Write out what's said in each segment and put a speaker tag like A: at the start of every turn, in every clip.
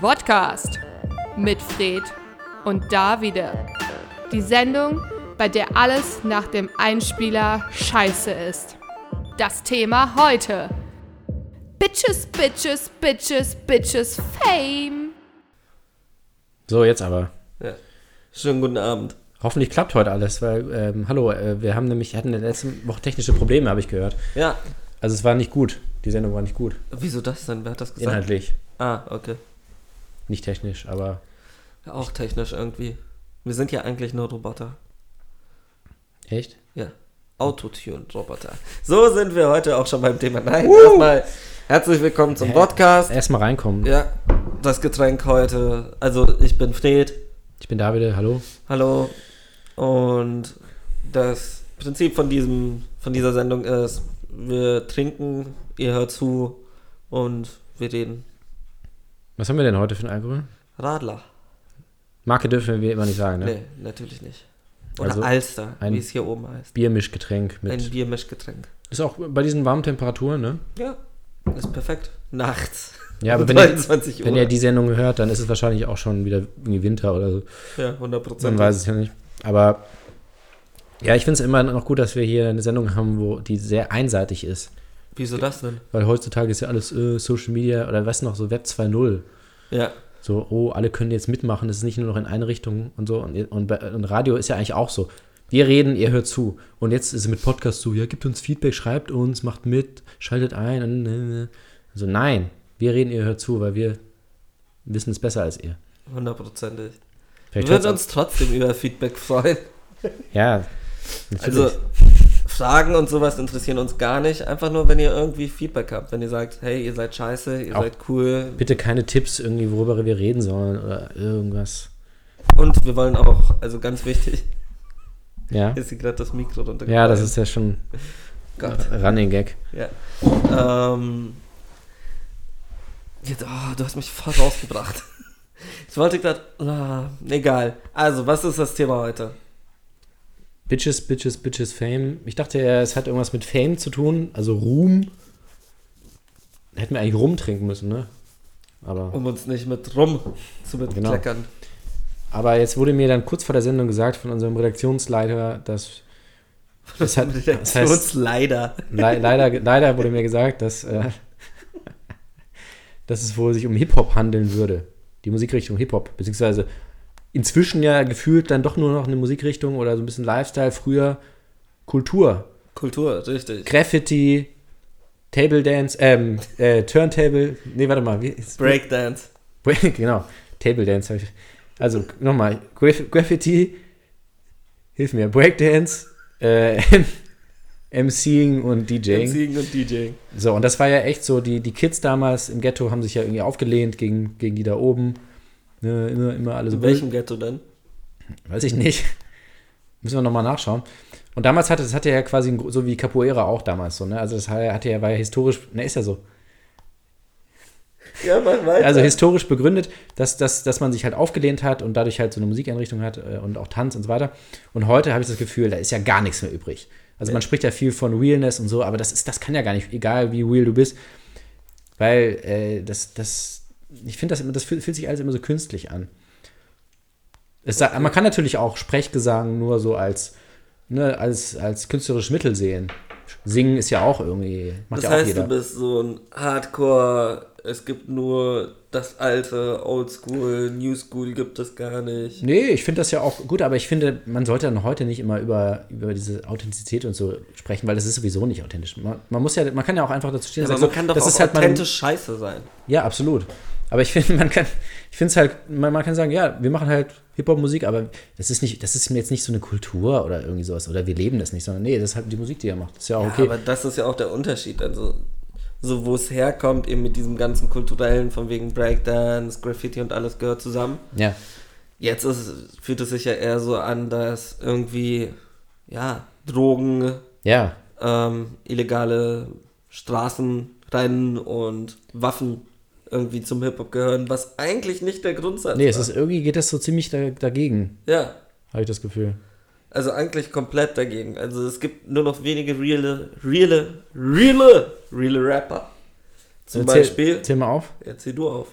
A: Podcast mit Fred und Davide. Die Sendung, bei der alles nach dem Einspieler scheiße ist. Das Thema heute. Bitches, Bitches, Bitches, Bitches, Fame.
B: So, jetzt aber.
C: Ja. Schönen guten Abend.
B: Hoffentlich klappt heute alles, weil, ähm, hallo, äh, wir haben nämlich, hatten in der letzten Woche technische Probleme, habe ich gehört.
C: Ja.
B: Also es war nicht gut. Die Sendung war nicht gut.
C: Wieso das denn? Wer hat das gesagt?
B: Inhaltlich.
C: Ah, okay.
B: Nicht technisch, aber
C: Ja, Auch technisch irgendwie. Wir sind ja eigentlich nur Roboter.
B: echt?
C: Ja. Autotune-Roboter. So sind wir heute auch schon beim Thema. Nein, erstmal herzlich willkommen zum Podcast.
B: Erstmal reinkommen.
C: Ja, das Getränk heute. Also, ich bin Fred.
B: Ich bin Davide, hallo.
C: Hallo. Und das Prinzip von, diesem, von dieser Sendung ist, wir trinken, ihr hört zu und wir reden.
B: Was haben wir denn heute für einen Alkohol?
C: Radler.
B: Marke dürfen wir immer nicht sagen, ne?
C: Nee, natürlich nicht. Oder
B: Also,
C: Alster,
B: ein-
C: wie es hier oben heißt.
B: Biermischgetränk mit.
C: Ein Biermischgetränk.
B: Ist auch bei diesen warmen Temperaturen, ne?
C: Ja, ist perfekt. Nachts.
B: Ja, aber
C: Um
B: wenn ihr-
C: 23 Uhr.
B: Wenn ihr die Sendung hört, dann ist es wahrscheinlich auch schon wieder irgendwie Winter oder so.
C: ja, 100 Prozent.
B: Man weiß es ja nicht. Aber ja, ich finde es immer noch gut, dass wir hier eine Sendung haben, wo die sehr einseitig ist.
C: Wieso das denn?
B: Weil heutzutage ist ja alles äh, Social Media oder was noch, so Web 2.0.
C: Ja,
B: So, oh, alle können jetzt mitmachen, es ist nicht nur noch in eine Richtung und so. Und, und, bei, und Radio ist ja eigentlich auch so. Wir reden, ihr hört zu. Und jetzt ist es mit Podcast so, ja, gibt uns Feedback, schreibt uns, macht mit, schaltet ein. und, äh, äh. Also nein, wir reden, ihr hört zu, weil wir wissen es besser als ihr.
C: hundertprozentig. Wir
B: Vielleicht hört's
C: würden uns trotzdem über Feedback freuen.
B: auch- Ja, natürlich.
C: Also, Fragen und sowas interessieren uns gar nicht. Einfach nur, wenn ihr irgendwie Feedback habt. Wenn ihr sagt, hey, ihr seid scheiße, ihr
B: Auch-
C: seid cool.
B: Bitte keine Tipps irgendwie, worüber wir reden sollen oder irgendwas.
C: Und wir wollen auch, also ganz wichtig,
B: Ja,
C: ist hier gerade das Mikro runtergefallen.
B: ja das ist ja schon
C: Gott.
B: Running Gag.
C: Ja. Ähm, jetzt, oh, du hast mich voll rausgebracht. Ich wollte gerade. Ah, egal. Also, was ist das Thema heute?
B: Bitches, Bitches, Bitches, Fame. Ich dachte ja, es hat irgendwas mit Fame zu tun, also Ruhm. Hätten wir eigentlich rumtrinken müssen, ne? Aber,
C: Um uns nicht mit rum zu
B: Genau.
C: bekleckern.
B: aber jetzt wurde mir dann kurz vor der Sendung gesagt von unserem Redaktionsleiter, dass. Das hat, das heißt,
C: Redaktionsleider.
B: le leider, leider wurde mir gesagt, dass, äh, dass es wohl sich um Hip-Hop handeln würde. Die Musikrichtung Hip-Hop. Beziehungsweise inzwischen ja gefühlt dann doch nur noch eine Musikrichtung oder so ein bisschen Lifestyle, früher Kultur.
C: Kultur, richtig.
B: Graffiti, Table Dance, ähm, äh, Turntable, nee, warte mal, wie ist
C: Breakdance.
B: Break, genau, Table Dance. hab ich- Also nochmal, Graff Graffiti, hilf mir, Breakdance, äh, MCing und DJing.
C: Siegen und DJing.
B: So, und das war ja echt so, die, die Kids damals im Ghetto haben sich ja irgendwie aufgelehnt gegen, gegen die da oben. Ne, immer, immer alle so.
C: In welchem Ghetto denn?
B: Weiß ich nicht. Müssen wir nochmal nachschauen. Und damals hatte, das hatte ja quasi, ein gro- so wie Capoeira auch damals so, ne? Also das hatte hatte ja, war ja historisch, ne, ist ja so.
C: Ja, mach weiter.
B: Also historisch begründet, dass, dass, dass man sich halt aufgelehnt hat und dadurch halt so eine Musikeinrichtung hat äh, und auch Tanz und so weiter. Und heute habe ich das Gefühl, da ist ja gar nichts mehr übrig. Also man spricht ja viel von Realness und so, aber das ist, das kann ja gar nicht, egal wie real du bist. Weil äh, das, das, ich finde das immer, das fühlt, fühlt sich alles immer so künstlich an. Es, sa- Man kann natürlich auch Sprechgesang nur so als, ne, als, als künstlerisches Mittel sehen. Singen ist ja auch irgendwie, macht
C: das
B: ja auch
C: heißt,
B: jeder.
C: du bist so ein Hardcore, es gibt nur das alte, Oldschool, New School gibt es gar nicht.
B: Nee, ich finde das ja auch gut, aber ich finde, man sollte dann heute nicht immer über, über diese Authentizität und so sprechen, weil das ist sowieso nicht authentisch. Man, man muss ja, man kann ja auch einfach dazu stehen
C: Aber
B: so,
C: man kann doch
B: das
C: auch
B: ist halt mein-
C: authentisch scheiße sein.
B: ja, absolut. Aber ich finde, man kann, ich finde es halt, man, man kann sagen, ja, wir machen halt Hip-Hop-Musik, aber das ist nicht, das ist mir jetzt nicht so eine Kultur oder irgendwie sowas oder wir leben das nicht, sondern nee, das ist halt die Musik, die er macht. Das ist ja auch okay.
C: Aber das ist ja auch der Unterschied. Also, so wo es herkommt, eben mit diesem ganzen kulturellen, von wegen Breakdance, Graffiti und alles gehört zusammen.
B: ja.
C: Jetzt ist, fühlt es sich ja eher so an, dass irgendwie, ja, Drogen,
B: Ja.
C: ähm, illegale Straßenrennen und Waffen irgendwie zum Hip-Hop gehören, was eigentlich nicht der Grundsatz
B: Nee,
C: war.
B: es ist irgendwie geht das so ziemlich da, dagegen,
C: ja,
B: habe ich das Gefühl.
C: Also eigentlich komplett dagegen. Also es gibt nur noch wenige reale, reale, reale, reale Rapper. Zum
B: Erzähl-
C: Beispiel.
B: Erzähl mal auf.
C: Erzähl du auf.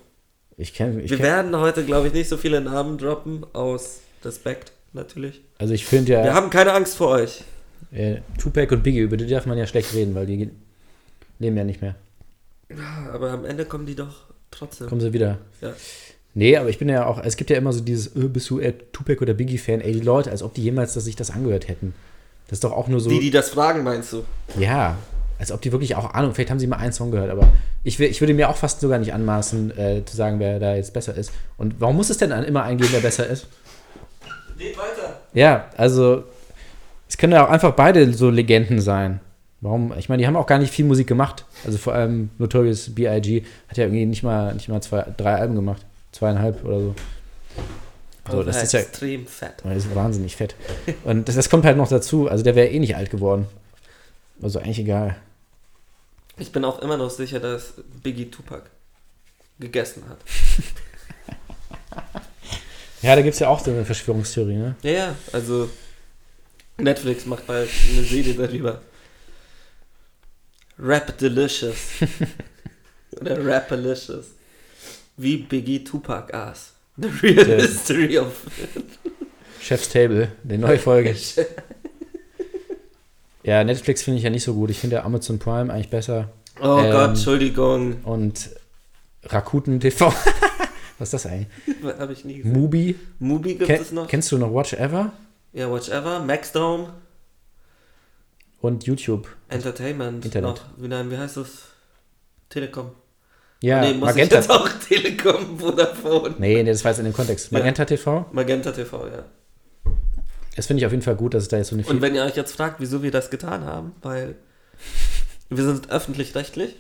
B: Ich kenne. Ich
C: Wir
B: kenn,
C: werden heute, glaube ich, nicht so viele Namen droppen, aus Respekt natürlich.
B: also ich finde
C: Wir
B: ja,
C: haben keine Angst vor euch.
B: äh, Tupac und Biggie, über die darf man ja schlecht reden, weil die leben ja nicht mehr.
C: Aber am Ende kommen die doch trotzdem.
B: Kommen sie wieder.
C: Ja.
B: Nee, aber ich bin ja auch, es gibt ja immer so dieses, äh, bist du eher Tupac oder Biggie-Fan? Ey, die Leute, als ob die jemals dass sich das angehört hätten. Das ist doch auch nur so.
C: Die, die das fragen, meinst du?
B: Ja, als ob die wirklich auch Ahnung, vielleicht haben sie mal einen Song gehört, aber ich, will, ich würde mir auch fast sogar nicht anmaßen, äh, zu sagen, wer da jetzt besser ist. Und warum muss es denn dann immer einen geben, der besser ist?
C: Geht weiter.
B: Ja, also es können ja auch einfach beide so Legenden sein. Warum? Ich meine, die haben auch gar nicht viel Musik gemacht. Also vor allem Notorious B.I.G. hat ja irgendwie nicht mal, nicht mal zwei, drei Alben gemacht. Zweieinhalb oder so. So, das ist ja-
C: extrem fett.
B: Der ist wahnsinnig fett. Und das, das kommt halt noch dazu. Also der wäre eh nicht alt geworden. Also eigentlich egal.
C: Ich bin auch immer noch sicher, dass Biggie Tupac gegessen hat.
B: Ja, da gibt es ja auch so eine Verschwörungstheorie, ne?
C: Ja, ja, also Netflix macht bald eine Serie darüber. Rap Delicious. Oder Rapalicious. Wie Biggie Tupac aß. The real
B: Der-
C: history of
B: Chef's Table, die neue Folge. ja, Netflix finde ich ja nicht so gut. Ich finde ja Amazon Prime eigentlich besser.
C: Oh
B: Ähm.
C: Gott, Entschuldigung.
B: Und Rakuten TV. Was ist das eigentlich?
C: Habe ich nie gesehen.
B: Mubi.
C: Mubi gibt
B: Hm? Ken
C: es noch.
B: Kennst du noch Watch Ever?
C: Ja, whatever. Maxdome.
B: Und YouTube.
C: Entertainment.
B: Internet.
C: Noch. Wie, nein, wie heißt das? Telekom.
B: Ja,
C: nee, muss Magenta. ich jetzt
B: Magenta.
C: auch Telekom, Vodafone.
B: Nee, nee, das war jetzt in dem Kontext.
C: Ja.
B: Magenta TV.
C: Magenta TV, ja.
B: Das finde ich auf jeden Fall gut, dass es da jetzt so eine
C: Und wenn ihr euch jetzt fragt, wieso wir das getan haben, weil wir sind öffentlich-rechtlich.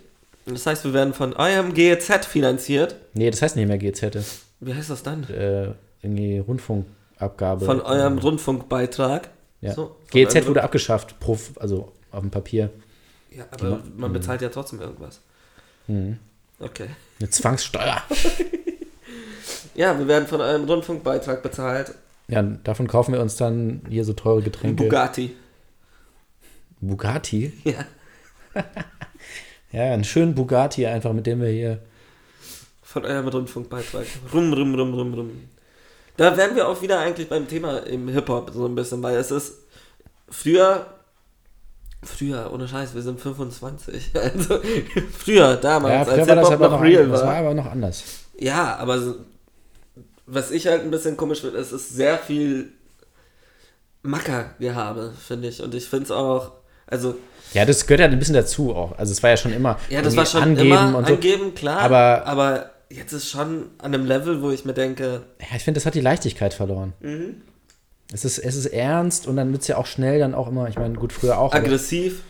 C: Das heißt, wir werden von IMGZ finanziert.
B: Nee, das heißt nicht mehr GZ. Das,
C: Wie heißt das dann?
B: äh, irgendwie Rundfunkabgabe.
C: Von eurem Rundfunkbeitrag.
B: Ja.
C: So, von
B: GZ
C: eurem-
B: wurde abgeschafft, pro, also auf dem Papier.
C: Ja, aber man bezahlt ja trotzdem irgendwas. Okay.
B: Eine Zwangssteuer.
C: Ja, wir werden von eurem Rundfunkbeitrag bezahlt.
B: Ja, und davon kaufen wir uns dann hier so teure Getränke.
C: Bugatti.
B: Bugatti?
C: Ja.
B: Ja, einen schönen Bugatti einfach, mit dem wir hier.
C: Von eurem Rundfunkbeitrag. Rum, rum, rum, rum, rum. Da wären wir auch wieder eigentlich beim Thema im Hip-Hop so ein bisschen, weil es ist früher, früher, ohne Scheiß, wir sind 25. Also früher,
B: Ja,
C: damals,
B: früher
C: als
B: war das
C: Hip-Hop
B: aber
C: noch
B: noch
C: real
B: Das war
C: war.
B: aber noch anders.
C: Ja, aber so- was ich halt ein bisschen komisch finde, es ist sehr viel Mackergehabe, finde ich. Und ich finde es auch, also,
B: Ja, das gehört ja ein bisschen dazu auch. Also es war ja schon immer.
C: ja, das
B: irgendwie
C: war schon
B: angeben
C: immer
B: und so.
C: angeben, klar,
B: Aber-
C: aber jetzt ist schon an einem Level, wo ich mir denke,
B: Ja, ich finde, das hat die Leichtigkeit verloren.
C: Mhm.
B: Es, ist, es ist ernst und dann wird es ja auch schnell dann auch immer, ich meine, gut, früher auch. Aber,
C: aggressiv.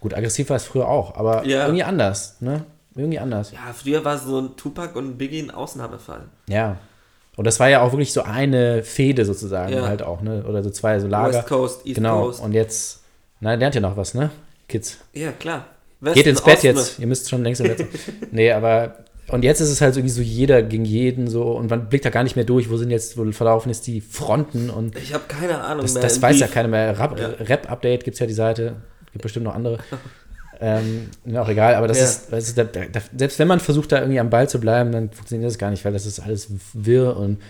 B: gut, aggressiv war es früher auch, aber
C: Ja.
B: irgendwie anders, ne? Irgendwie anders.
C: Ja, früher war so ein Tupac und ein Biggie ein Ausnahmefall.
B: Ja. Und das war ja auch wirklich so eine Fehde sozusagen
C: Ja.
B: halt auch, ne? Oder so zwei, so Lager.
C: West Coast, East
B: genau.
C: Coast.
B: Und jetzt, na, lernt ihr noch was, ne? Kids.
C: Ja, klar. Westen,
B: Geht ins Bett
C: Osten.
B: jetzt. Ihr müsst schon längst im Bett sein. Nee, aber. Und jetzt ist es halt irgendwie so jeder gegen jeden so und man blickt da gar nicht mehr durch, wo sind jetzt, wo verlaufen jetzt die Fronten und
C: Ich habe keine Ahnung
B: das,
C: mehr.
B: das
C: im äh,
B: weiß ja
C: Beef.
B: keiner mehr. Rap-
C: Ja.
B: Rap-Update gibt es ja die Seite, gibt bestimmt noch andere. ähm, mir auch egal, aber das
C: Ja.
B: ist, das ist da, da, da- selbst wenn man versucht, da irgendwie am Ball zu bleiben, dann funktioniert das gar nicht, weil das ist alles wirr und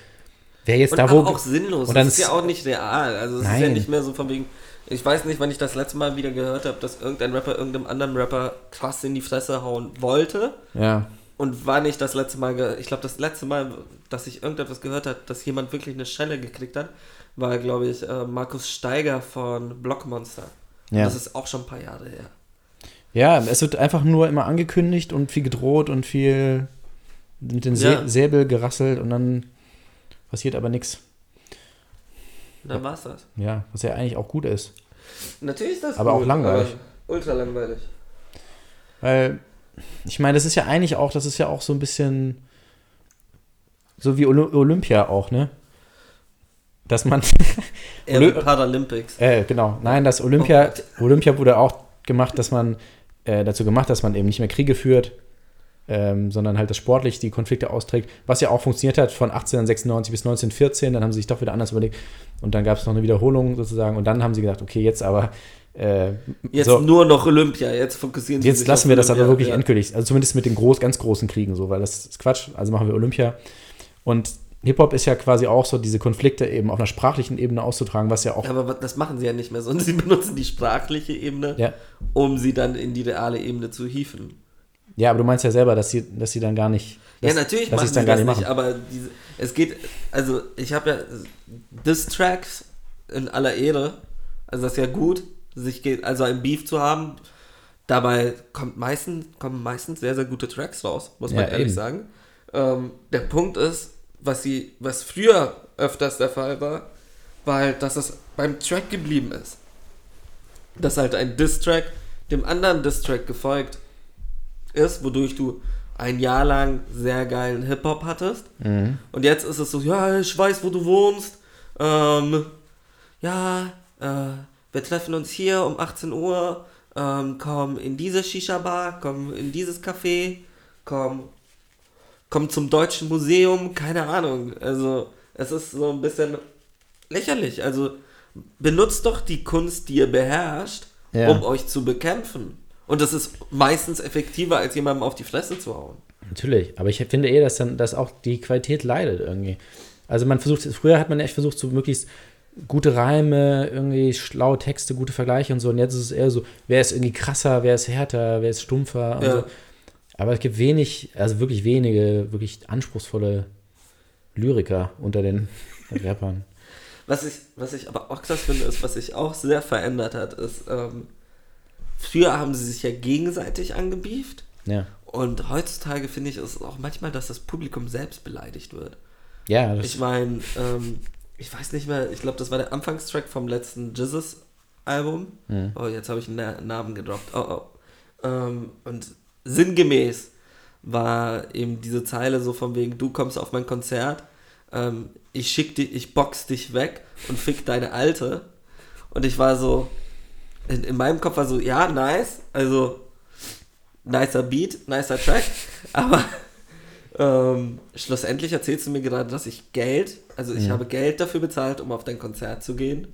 B: wer jetzt
C: Und
B: da
C: da,
B: wo.
C: auch sinnlos.
B: und dann
C: das ist
B: ist-
C: ja auch nicht real. Also es ist ja
B: Nein.
C: nicht mehr so von wegen. Ich weiß nicht, wann ich das letzte Mal wieder gehört habe, dass irgendein Rapper irgendeinem anderen Rapper krass in die Fresse hauen wollte.
B: ja.
C: Und wann ich das letzte Mal, ge- ich glaube, das letzte Mal, dass ich irgendetwas gehört habe, dass jemand wirklich eine Schelle gekriegt hat, war, glaube ich, äh, Markus Steiger von Blockmonster.
B: Ja.
C: Das ist auch schon ein paar Jahre her.
B: ja, es wird einfach nur immer angekündigt und viel gedroht und viel mit den Sä
C: Ja.
B: Säbel gerasselt und dann passiert aber nichts.
C: Und dann war's das.
B: Ja, was ja eigentlich auch gut ist.
C: Natürlich ist das
B: Aber
C: gut,
B: auch langweilig.
C: aber Ultra langweilig.
B: Weil, ich meine, das ist ja eigentlich auch, das ist ja auch so ein bisschen so wie Oly- Olympia auch, ne? Dass man,
C: Eher
B: Olymp-
C: wie Paralympics.
B: äh, genau, nein, das Olympia, Olympia wurde auch gemacht, dass man, äh, dazu gemacht, dass man eben nicht mehr Kriege führt, ähm, sondern halt das sportlich die Konflikte austrägt, was ja auch funktioniert hat von 1896 bis 1914, dann haben sie sich doch wieder anders überlegt und dann gab es noch eine Wiederholung sozusagen und dann haben sie gedacht, okay, jetzt aber äh,
C: Jetzt
B: so,
C: nur noch Olympia, jetzt fokussieren sie
B: jetzt
C: sich
B: lassen
C: auf
B: wir das
C: Olympia,
B: aber wirklich
C: ja.
B: endgültig, also zumindest mit den groß, ganz großen Kriegen so, weil das ist Quatsch, also machen wir Olympia und Hip-Hop ist ja quasi auch so, diese Konflikte eben auf einer sprachlichen Ebene auszutragen, was ja auch
C: Ja, Aber wa- das machen sie ja nicht mehr, sondern sie benutzen die sprachliche Ebene,
B: Ja.
C: um sie dann in die reale Ebene zu hieven.
B: Ja, aber du meinst ja selber, dass sie, dass sie dann gar nicht. Dass,
C: ja, natürlich
B: dass
C: machen
B: sie's
C: sie
B: dann gar
C: das
B: nicht
C: nicht,
B: machen.
C: aber diese, es geht, also ich habe ja Diss-Tracks in aller Ehre, also das ist ja gut, sich geht, also ein Beef zu haben, dabei kommt meistens, kommen meistens sehr, sehr gute Tracks raus, muss man
B: Ja,
C: ehrlich
B: eben.
C: sagen. Ähm, der Punkt ist, was, sie, was früher öfters der Fall war, war halt, dass es beim Track geblieben ist. Dass halt ein Diss-Track dem anderen Diss-Track gefolgt ist, wodurch du ein Jahr lang sehr geilen Hip-Hop hattest.
B: Mhm.
C: Und jetzt ist es so, ja, ich weiß, wo du wohnst. Ähm, ja, äh, wir treffen uns hier um 18 Uhr. Ähm, komm in diese Shisha-Bar, komm in dieses Café, komm, komm zum Deutschen Museum, keine Ahnung. Also, es ist so ein bisschen lächerlich. Also, benutzt doch die Kunst, die ihr beherrscht,
B: Ja.
C: um euch zu bekämpfen. Und das ist meistens effektiver, als jemandem auf die Fresse zu hauen.
B: Natürlich, aber ich finde eher, dass dann, dass auch die Qualität leidet irgendwie. Also man versucht, früher hat man echt versucht, so möglichst gute Reime, irgendwie schlaue Texte, gute Vergleiche und so. Und jetzt ist es eher so, wer ist irgendwie krasser, wer ist härter, wer ist stumpfer und
C: Ja.
B: so. Aber es gibt wenig, also wirklich wenige, wirklich anspruchsvolle Lyriker unter den Rappern.
C: Was ich, was ich aber auch krass finde, ist, was sich auch sehr verändert hat, ist, ähm, früher haben sie sich ja gegenseitig angebieft
B: Ja.
C: und heutzutage finde ich es auch manchmal, dass das Publikum selbst beleidigt wird.
B: Ja, das
C: Ich meine, ähm, ich weiß nicht mehr, ich glaube, das war der Anfangstrack vom letzten Jesus-Album.
B: Hm.
C: Oh, jetzt habe ich einen Na- Namen gedroppt. Oh, oh. Ähm, und sinngemäß war eben diese Zeile so von wegen, du kommst auf mein Konzert, ähm, ich schick dich, ich box dich weg und fick deine Alte. Und ich war so, in, in meinem Kopf war so, ja, nice, also nicer Beat, nicer Track, aber ähm, schlussendlich erzählst du mir gerade, dass ich Geld, also
B: Mhm.
C: ich habe Geld dafür bezahlt, um auf dein Konzert zu gehen.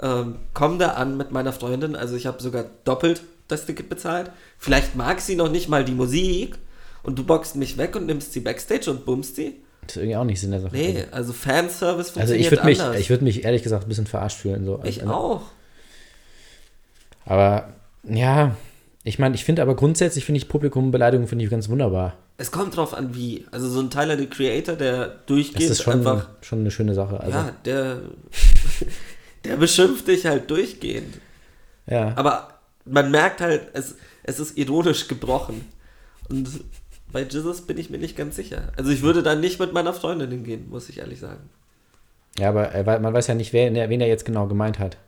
C: Ähm, komm da an mit meiner Freundin, also ich habe sogar doppelt das Ticket bezahlt. Vielleicht mag sie noch nicht mal die Musik und du boxt mich weg und nimmst sie backstage und bummst sie.
B: ist irgendwie auch nicht Sinn der Sache.
C: Nee, also Fanservice
B: Mhm. also ich
C: funktioniert
B: würde mich,
C: anders.
B: ich würde mich ehrlich gesagt ein bisschen verarscht fühlen. So.
C: ich
B: also,
C: auch.
B: Aber ja, ich meine, ich finde aber grundsätzlich finde ich Publikumbeleidigung finde ich ganz wunderbar.
C: Es kommt drauf an, wie. Also so ein Tyler, the Creator, der
B: Das
C: durchgeht
B: ist schon,
C: einfach,
B: schon eine schöne Sache. Also,
C: ja, der, der beschimpft dich halt durchgehend.
B: ja.
C: Aber man merkt halt, es, es ist ironisch gebrochen. Und bei Jesus bin ich mir nicht ganz sicher. Also ich würde da nicht mit meiner Freundin hingehen, muss ich ehrlich sagen.
B: Ja, aber äh, weil- man weiß ja nicht, wer, ne, wen er jetzt genau gemeint hat.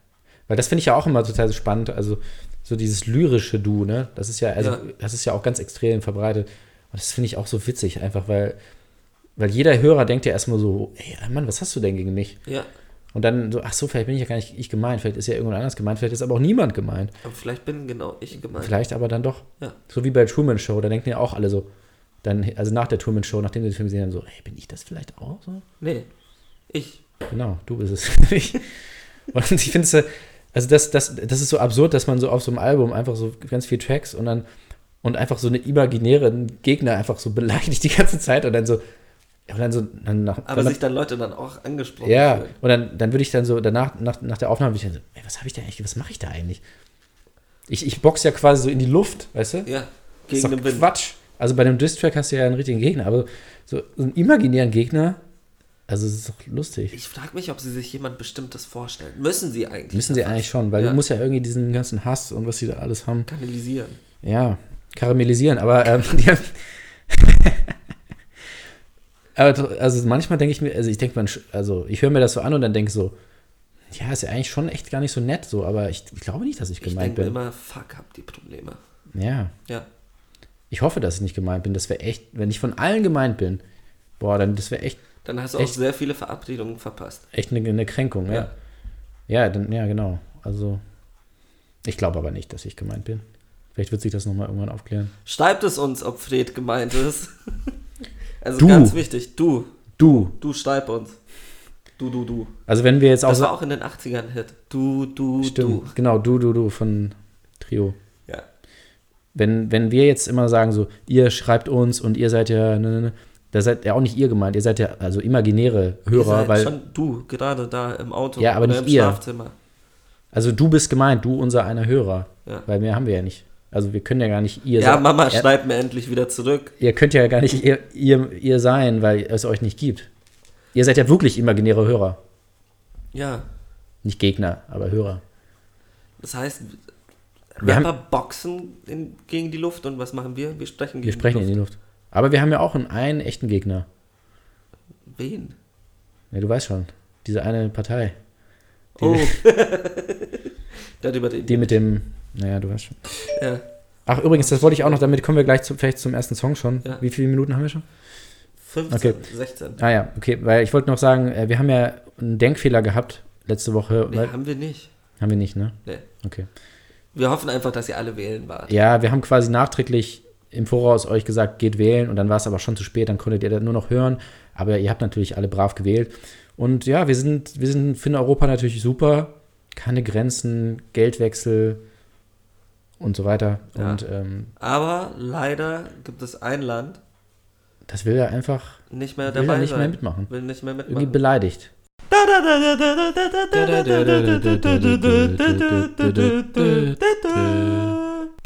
B: Weil das finde ich ja auch immer total spannend. Also, so dieses lyrische Du, ne? Das ist ja, also,
C: Ja.
B: das ist ja auch ganz extrem verbreitet. Und das finde ich auch so witzig, einfach, weil, weil jeder Hörer denkt ja erstmal so, ey, Mann, was hast du denn gegen mich?
C: Ja,
B: Und dann so, ach so, vielleicht bin ich ja gar nicht ich gemeint, vielleicht ist ja irgendjemand anders gemeint, vielleicht ist aber auch niemand gemeint.
C: aber vielleicht bin genau ich gemeint.
B: Vielleicht aber dann doch.
C: Ja.
B: So wie bei Truman Show, da denken ja auch alle so, dann, also nach der Truman Show, nachdem sie den Film gesehen haben, so, ey, bin ich das vielleicht auch so?
C: Nee, ich.
B: Genau, du bist es. Ich- und ich finde es, also das, das, das ist so absurd, dass man so auf so einem Album einfach so ganz viel Tracks und dann und einfach so eine imaginäre Gegner einfach so beleidigt die ganze Zeit und dann so, und dann so, dann nach,
C: Aber
B: dann
C: sich dann Leute dann auch angesprochen
B: ja,
C: fühlen.
B: und dann, dann würde ich dann so, danach, nach, nach der Aufnahme, würde ich dann so, ey, was habe ich da eigentlich, was mache ich da eigentlich? Ich, ich box ja quasi so in die Luft, weißt du?
C: Ja,
B: Das
C: gegen den
B: ist doch
C: Wind.
B: Quatsch. Also bei einem Distrack hast du ja einen richtigen Gegner, aber so einen imaginären Gegner, also es ist doch lustig.
C: Ich frage mich, ob sie sich jemand Bestimmtes vorstellen. Müssen sie eigentlich.
B: Müssen sie eigentlich schon, weil
C: Ja.
B: du musst ja irgendwie diesen ganzen Hass und was sie da alles haben,
C: Kanalisieren.
B: ja, karamellisieren, aber ähm, die haben- aber tr- also manchmal denke ich mir, also ich denke man, sch- also ich höre mir das so an und dann denke so, ja, ist ja eigentlich schon echt gar nicht so nett so, aber ich, ich glaube nicht, dass ich
C: Ich
B: gemeint
C: denke mir
B: bin.
C: immer, fuck, habt die Probleme.
B: Ja,
C: Ja.
B: ich hoffe, dass ich nicht gemeint bin, das wäre echt, wenn ich von allen gemeint bin, boah, dann das wäre echt
C: Dann hast du
B: Echt?
C: auch sehr viele Verabredungen verpasst.
B: echt eine, eine Kränkung, ja. ja.
C: Ja.
B: dann, ja, genau. Also, ich glaube aber nicht, dass ich gemeint bin. Vielleicht wird sich das nochmal irgendwann aufklären.
C: Schreibt es uns, ob Fred gemeint ist. Also
B: Du.
C: ganz wichtig, du,
B: Du.
C: du schreib uns. Du, du, du.
B: Also wenn wir jetzt auch
C: Das war
B: so.
C: auch in den 80ern ein Hit. Du, du,
B: Stimmt, genau, du, du, du von Trio.
C: du. Ja.
B: Wenn, wenn wir jetzt immer sagen, so, ihr schreibt uns und ihr seid ja, ne, ne, ne, da seid ja auch nicht ihr gemeint, ihr seid ja also imaginäre Hörer,
C: Ihr seid
B: weil,
C: schon du, gerade da im Auto
B: Ja, aber
C: oder
B: nicht
C: im
B: ihr.
C: Schlafzimmer.
B: also du bist gemeint, du unser einer Hörer,
C: Ja.
B: weil mehr haben wir ja nicht. Also wir können ja gar nicht ihr
C: Ja,
B: sein.
C: Mama,
B: ihr,
C: schreib mir endlich wieder zurück.
B: ihr könnt ja gar nicht ihr, ihr, ihr sein, weil es euch nicht gibt. Ihr seid ja wirklich imaginäre Hörer.
C: Ja,
B: Nicht Gegner, aber Hörer.
C: das heißt,
B: Wir haben-
C: Rapper boxen in, gegen die Luft und was machen wir? Wir sprechen gegen
B: Wir sprechen in
C: die
B: die Luft. Aber wir haben ja auch einen, einen echten Gegner.
C: Luft. Wen?
B: Ja, du weißt schon, diese eine Partei. Die-
C: Oh. Darüber reden
B: Die mit dem, naja, du weißt schon.
C: wir. Ja.
B: Ach, übrigens, das wollte ich auch noch, damit kommen wir gleich zu, vielleicht zum ersten Song schon.
C: Ja.
B: Wie viele Minuten haben wir schon?
C: 15,
B: Okay.
C: 16.
B: Ah ja, okay, weil ich wollte noch sagen, äh, wir haben ja einen Denkfehler gehabt letzte Woche.
C: Nee,
B: weil,
C: haben wir nicht.
B: haben wir nicht, ne?
C: Nee.
B: Okay.
C: Wir hoffen einfach, dass ihr alle wählen wart.
B: Ja, wir haben quasi nachträglich im Voraus euch gesagt, geht wählen und dann war es aber schon zu spät, dann konntet ihr das nur noch hören, aber ihr habt natürlich alle brav gewählt. Und ja, wir sind, wir sind, finden Europa natürlich super. Keine Grenzen, Geldwechsel und so weiter.
C: Ja.
B: Und ähm,
C: Aber leider gibt es ein Land
B: das will ja einfach
C: nicht mehr
B: will
C: dabei
B: ja nicht
C: sein.
B: mehr mitmachen.
C: Will nicht mehr
B: Irgendwie
C: mitmachen.
B: beleidigt.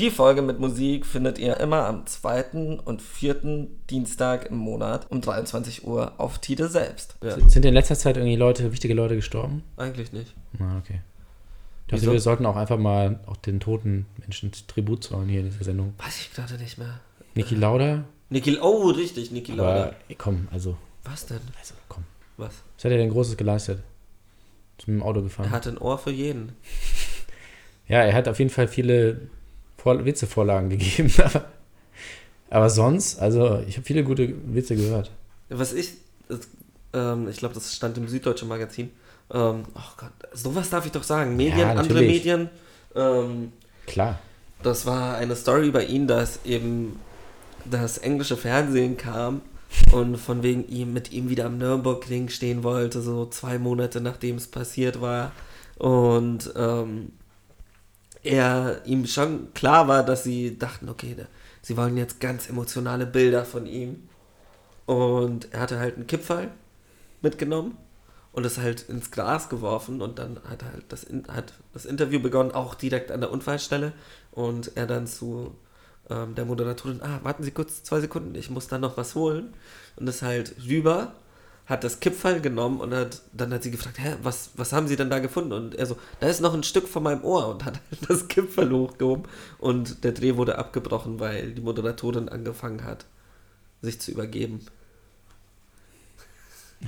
C: Die Folge mit Musik findet ihr immer am zweiten und vierten Dienstag im Monat um 23 Uhr auf Tide selbst. Ja,
B: Sind in letzter Zeit irgendwie Leute, wichtige Leute gestorben?
C: eigentlich nicht.
B: Na, okay. Ich dachte,
C: Ah, Wieso?
B: wir sollten auch einfach mal auch den toten Menschen Tribut zollen hier in dieser Sendung.
C: Weiß ich gerade nicht mehr.
B: Niki Lauda?
C: Niki, oh, richtig, Niki Lauda.
B: Aber ey, komm, also,
C: Was denn?
B: also komm.
C: Was?
B: Was hat er denn Großes geleistet? Ist mit dem Auto gefahren.
C: Er hat ein Ohr für jeden.
B: ja, er hat auf jeden Fall viele Vor Witzevorlagen gegeben. Aber, aber sonst, also ich habe viele gute Witze gehört.
C: Was ich, das, ähm, ich glaube, das stand im Süddeutschen Magazin. Ähm, oh Gott, sowas darf ich doch sagen. Medien,
B: Ja,
C: andere
B: natürlich.
C: Medien. Ähm,
B: Klar.
C: das war eine Story bei ihnen, dass eben das englische Fernsehen kam und von wegen ihm mit ihm wieder am Nürnbergring stehen wollte, so zwei Monate nachdem es passiert war. Und ähm, er ihm schon klar war, dass sie dachten, okay, da, sie wollen jetzt ganz emotionale Bilder von ihm. Und er hatte halt einen Kippfall mitgenommen und es halt ins Gras geworfen und dann hat halt das, In- hat das Interview begonnen, auch direkt an der Unfallstelle und er dann zu ähm, der Moderatorin, ah, warten Sie kurz, zwei Sekunden, ich muss da noch was holen und ist halt rüber, hat das Kippfall genommen und hat, dann hat sie gefragt, hä, was, was haben Sie denn da gefunden? Und er so, da ist noch ein Stück von meinem Ohr und hat halt das Kippfall hochgehoben und der Dreh wurde abgebrochen, weil die Moderatorin angefangen hat, sich zu übergeben.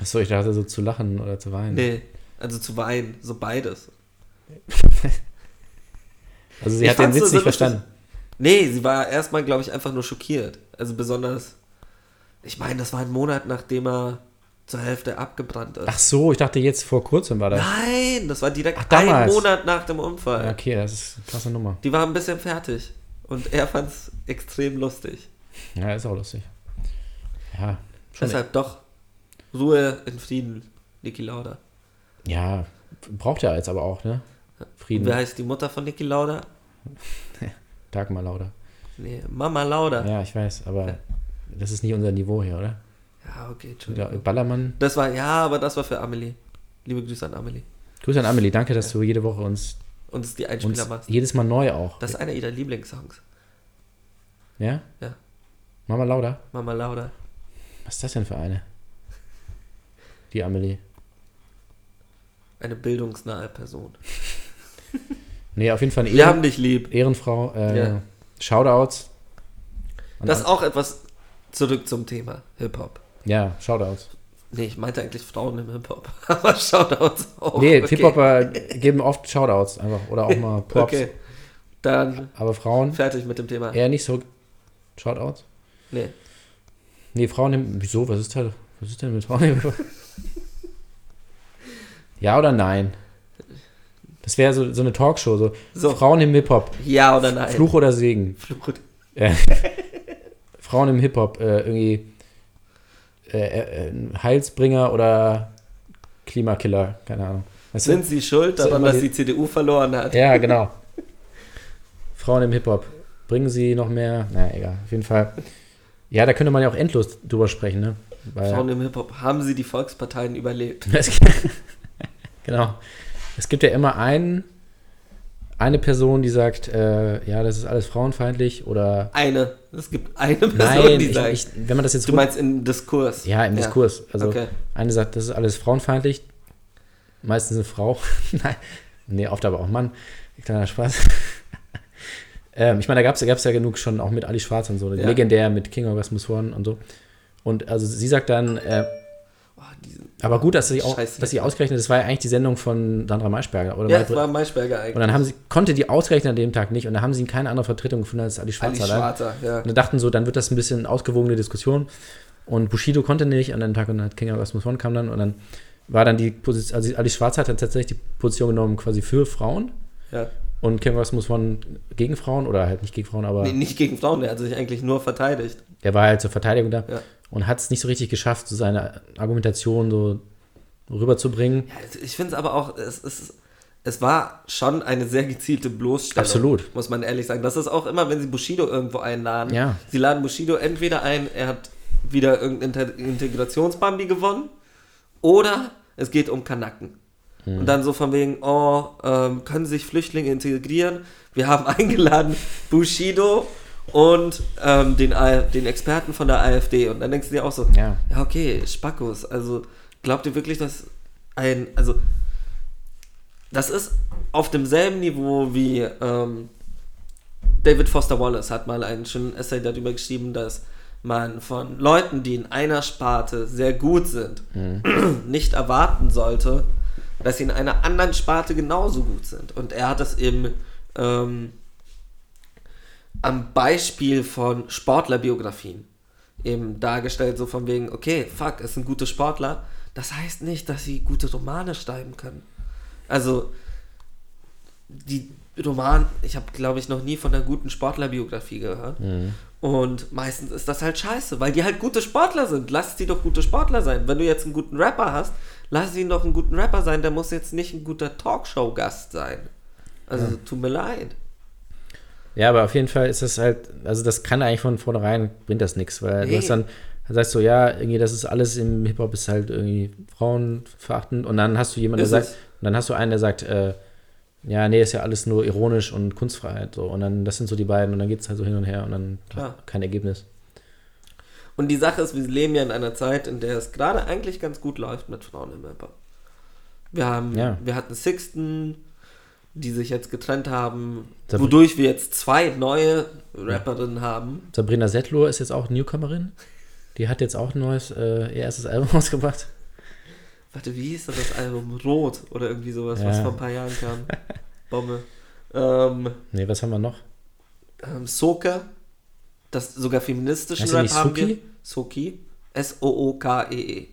B: Achso, ich dachte so zu lachen oder zu weinen.
C: Nee, also zu weinen, so beides.
B: Also sie
C: Ich
B: hat den
C: fand's
B: Witz
C: so
B: nicht
C: lustig.
B: verstanden.
C: Nee, sie war erstmal, glaube ich, einfach nur schockiert. Also besonders, ich meine, das war ein Monat, nachdem er zur Hälfte abgebrannt ist.
B: Ach so, ich dachte jetzt vor kurzem war das.
C: Nein, das war direkt
B: Ach,
C: ein
B: damals.
C: Monat nach dem Unfall.
B: Ja, Äh, okay, das ist eine krasse Nummer.
C: Die war ein bisschen fertig. Und er fand es extrem lustig.
B: Ja, ist auch lustig. Ja, schon.
C: Deshalb doch, Ruhe in Frieden, Niki Lauda.
B: Ja, braucht er jetzt aber auch, ne?
C: Und wer
B: Frieden.
C: heißt die Mutter von Niki Lauda?
B: Dagmar Lauder.
C: Nee, Mama Lauda. Ja,
B: Ja, ich weiß, aber das ist nicht unser Niveau hier, oder?
C: okay,
B: Ja,
C: Entschuldigung.
B: Ballermann.
C: Das war, ja, aber das war für Amelie. Liebe Grüße an Amelie.
B: Grüße an Amelie, danke, dass du jede Woche uns,
C: Und es ist die Einspieler
B: uns
C: machst.
B: jedes Mal neu auch.
C: Das ist einer ihrer Lieblingssongs.
B: ja?
C: Ja.
B: Mama Lauder?
C: Mama Lauda.
B: Was ist das denn für eine? Die Amelie.
C: Eine bildungsnahe Person.
B: Nee, auf jeden Fall eine
C: Wir haben
B: Ehren,
C: dich lieb.
B: Ehrenfrau. Äh,
C: Ja.
B: Shoutouts. An
C: Das ist auch etwas zurück zum Thema Hip-Hop.
B: Ja, Shoutouts.
C: Nee, ich meinte eigentlich Frauen im Hip-Hop. Aber Shoutouts auch.
B: nee,
C: okay.
B: Hip-Hopper geben oft Shoutouts einfach oder auch mal Props.
C: Okay. Dann
B: Aber Frauen
C: fertig mit dem Thema.
B: eher nicht so Shoutouts.
C: Nee.
B: Nee, Frauen nehmen. Wieso? Was ist, da, was ist denn mit Frauen? ja oder nein? Das wäre so, so eine Talkshow, so,
C: So. Ah,
B: Frauen im Hip-Hop,
C: Ja oder nein?
B: Fluch oder Segen.
C: Fluch oder-
B: Frauen im Hip-Hop, äh, irgendwie äh, äh, äh, Heilsbringer oder Klimakiller, keine Ahnung. Weißt du?
C: Sind sie schuld
B: So
C: daran,
B: immer
C: dass
B: die-
C: die CDU verloren hat?
B: Ja, genau. Frauen im Hip-Hop. Bringen sie noch mehr? Na, egal. Auf jeden Fall. Ja, da könnte man ja auch endlos drüber sprechen, ne? Weil
C: Frauen im Hip-Hop, haben sie die Volksparteien überlebt?
B: Es gibt- genau. Es gibt ja immer einen, eine Person, die sagt, äh, ja, das ist alles frauenfeindlich oder
C: Eine. Es gibt eine Person,
B: nein,
C: die
B: ich,
C: sagt.
B: ich, wenn man das jetzt
C: du meinst im Diskurs?
B: ja, im Diskurs. Also
C: okay.
B: eine sagt, das ist alles frauenfeindlich, meistens eine Frau. Nein. Nee, oft aber auch Mann. Kleiner Spaß. ähm, ich meine, da gab es da gab's ja genug schon auch mit Ali Schwarz und so,
C: Ja.
B: legendär mit King Orgasmus One und so. Und also sie sagt dann, äh,
C: Oh, diese,
B: aber gut, dass sie auch,
C: Scheiße.
B: dass sie ausgerechnet, das war ja eigentlich die Sendung von Sandra Maischberger oder
C: ja, es
B: Maybrit-
C: war Maischberger
B: und
C: eigentlich.
B: dann haben sie, konnte die ausgerechnet an dem Tag nicht und dann haben sie keine andere Vertretung gefunden als Ali
C: Ali
B: Schwarz allein.
C: Schwarzer, ja.
B: Und dann dachten so, dann wird das ein bisschen ausgewogene Diskussion. Und Bushido konnte nicht an dem Tag und dann hat King Erasmus Horn kam dann und dann war dann die Position, also Ali Schwarz hat dann tatsächlich die Position genommen quasi für Frauen
C: ja.
B: und King Erasmus Horn gegen Frauen oder halt nicht gegen Frauen, aber
C: Nee, nicht gegen Frauen, der hat sich eigentlich nur verteidigt.
B: der war halt zur Verteidigung da
C: Ja.
B: und hat es nicht so richtig geschafft, so seine Argumentation so rüberzubringen.
C: Also Ich finde es aber auch, es, es, es war schon eine sehr gezielte Bloßstellung.
B: Absolut.
C: Muss man ehrlich sagen. Das ist auch immer, wenn sie Bushido irgendwo einladen.
B: Ja.
C: Sie laden Bushido entweder ein, er hat wieder irgendein Inter- Integrationsbambi gewonnen oder es geht um Kanaken.
B: Hm.
C: Und dann so von wegen, oh, ähm, können sich Flüchtlinge integrieren? Wir haben eingeladen Bushido und ähm, den, A- den Experten von der AfD. Und dann denkst du dir auch so,
B: Ja.
C: ja, okay, Spackos. Also glaubt ihr wirklich, dass ein, also das ist auf demselben Niveau wie ähm, David Foster Wallace hat mal einen schönen Essay darüber geschrieben, dass man von Leuten, die in einer Sparte sehr gut sind, nicht erwarten sollte, dass sie in einer anderen Sparte genauso gut sind. Und er hat das eben ähm, am Beispiel von Sportlerbiografien eben dargestellt, so von wegen, okay, fuck, es sind gute Sportler. Das heißt nicht, dass sie gute Romane schreiben können. Also, die Roman, ich habe, glaube ich, noch nie von einer guten Sportlerbiografie gehört.
B: Mhm.
C: Und meistens ist das halt scheiße, weil die halt gute Sportler sind. Lass sie doch gute Sportler sein. Wenn du jetzt einen guten Rapper hast, lass ihn doch einen guten Rapper sein. Der muss jetzt nicht ein guter Talkshow-Gast sein. Also, tut mir leid.
B: Ja, aber auf jeden Fall ist das halt, also das kann eigentlich von vornherein, bringt das nichts, weil du
C: Nee.
B: hast dann, dann sagst du, ja, irgendwie das ist alles im Hip-Hop ist halt irgendwie frauenverachtend und dann hast du jemanden, der
C: Ist
B: sagt,
C: es.
B: und dann hast du einen, der sagt, äh, ja, nee, ist ja alles nur ironisch und Kunstfreiheit so und dann, das sind so die beiden und dann geht's halt so hin und her und dann
C: Klar.
B: kein Ergebnis.
C: Und die Sache ist, wir leben ja in einer Zeit, in der es gerade eigentlich ganz gut läuft mit Frauen im Hip-Hop. Wir, haben,
B: Ja.
C: wir hatten Sixten, die sich jetzt getrennt haben,
B: Da-
C: wodurch wir jetzt zwei neue Rapperinnen haben.
B: Sabrina Settler ist jetzt auch Newcomerin, die hat jetzt auch ein neues, äh, ihr erstes Album rausgebracht.
C: Warte, wie hieß denn das Album? Rot oder irgendwie sowas,
B: Ja.
C: was vor ein paar Jahren kam. Bombe. Ähm,
B: Nee, was haben wir noch?
C: ähm, Soka, das sogar feministischen
B: Heißt sie
C: Rap
B: nicht
C: haben wir.
B: Suki?
C: Soki. S-O-O-K-E-E.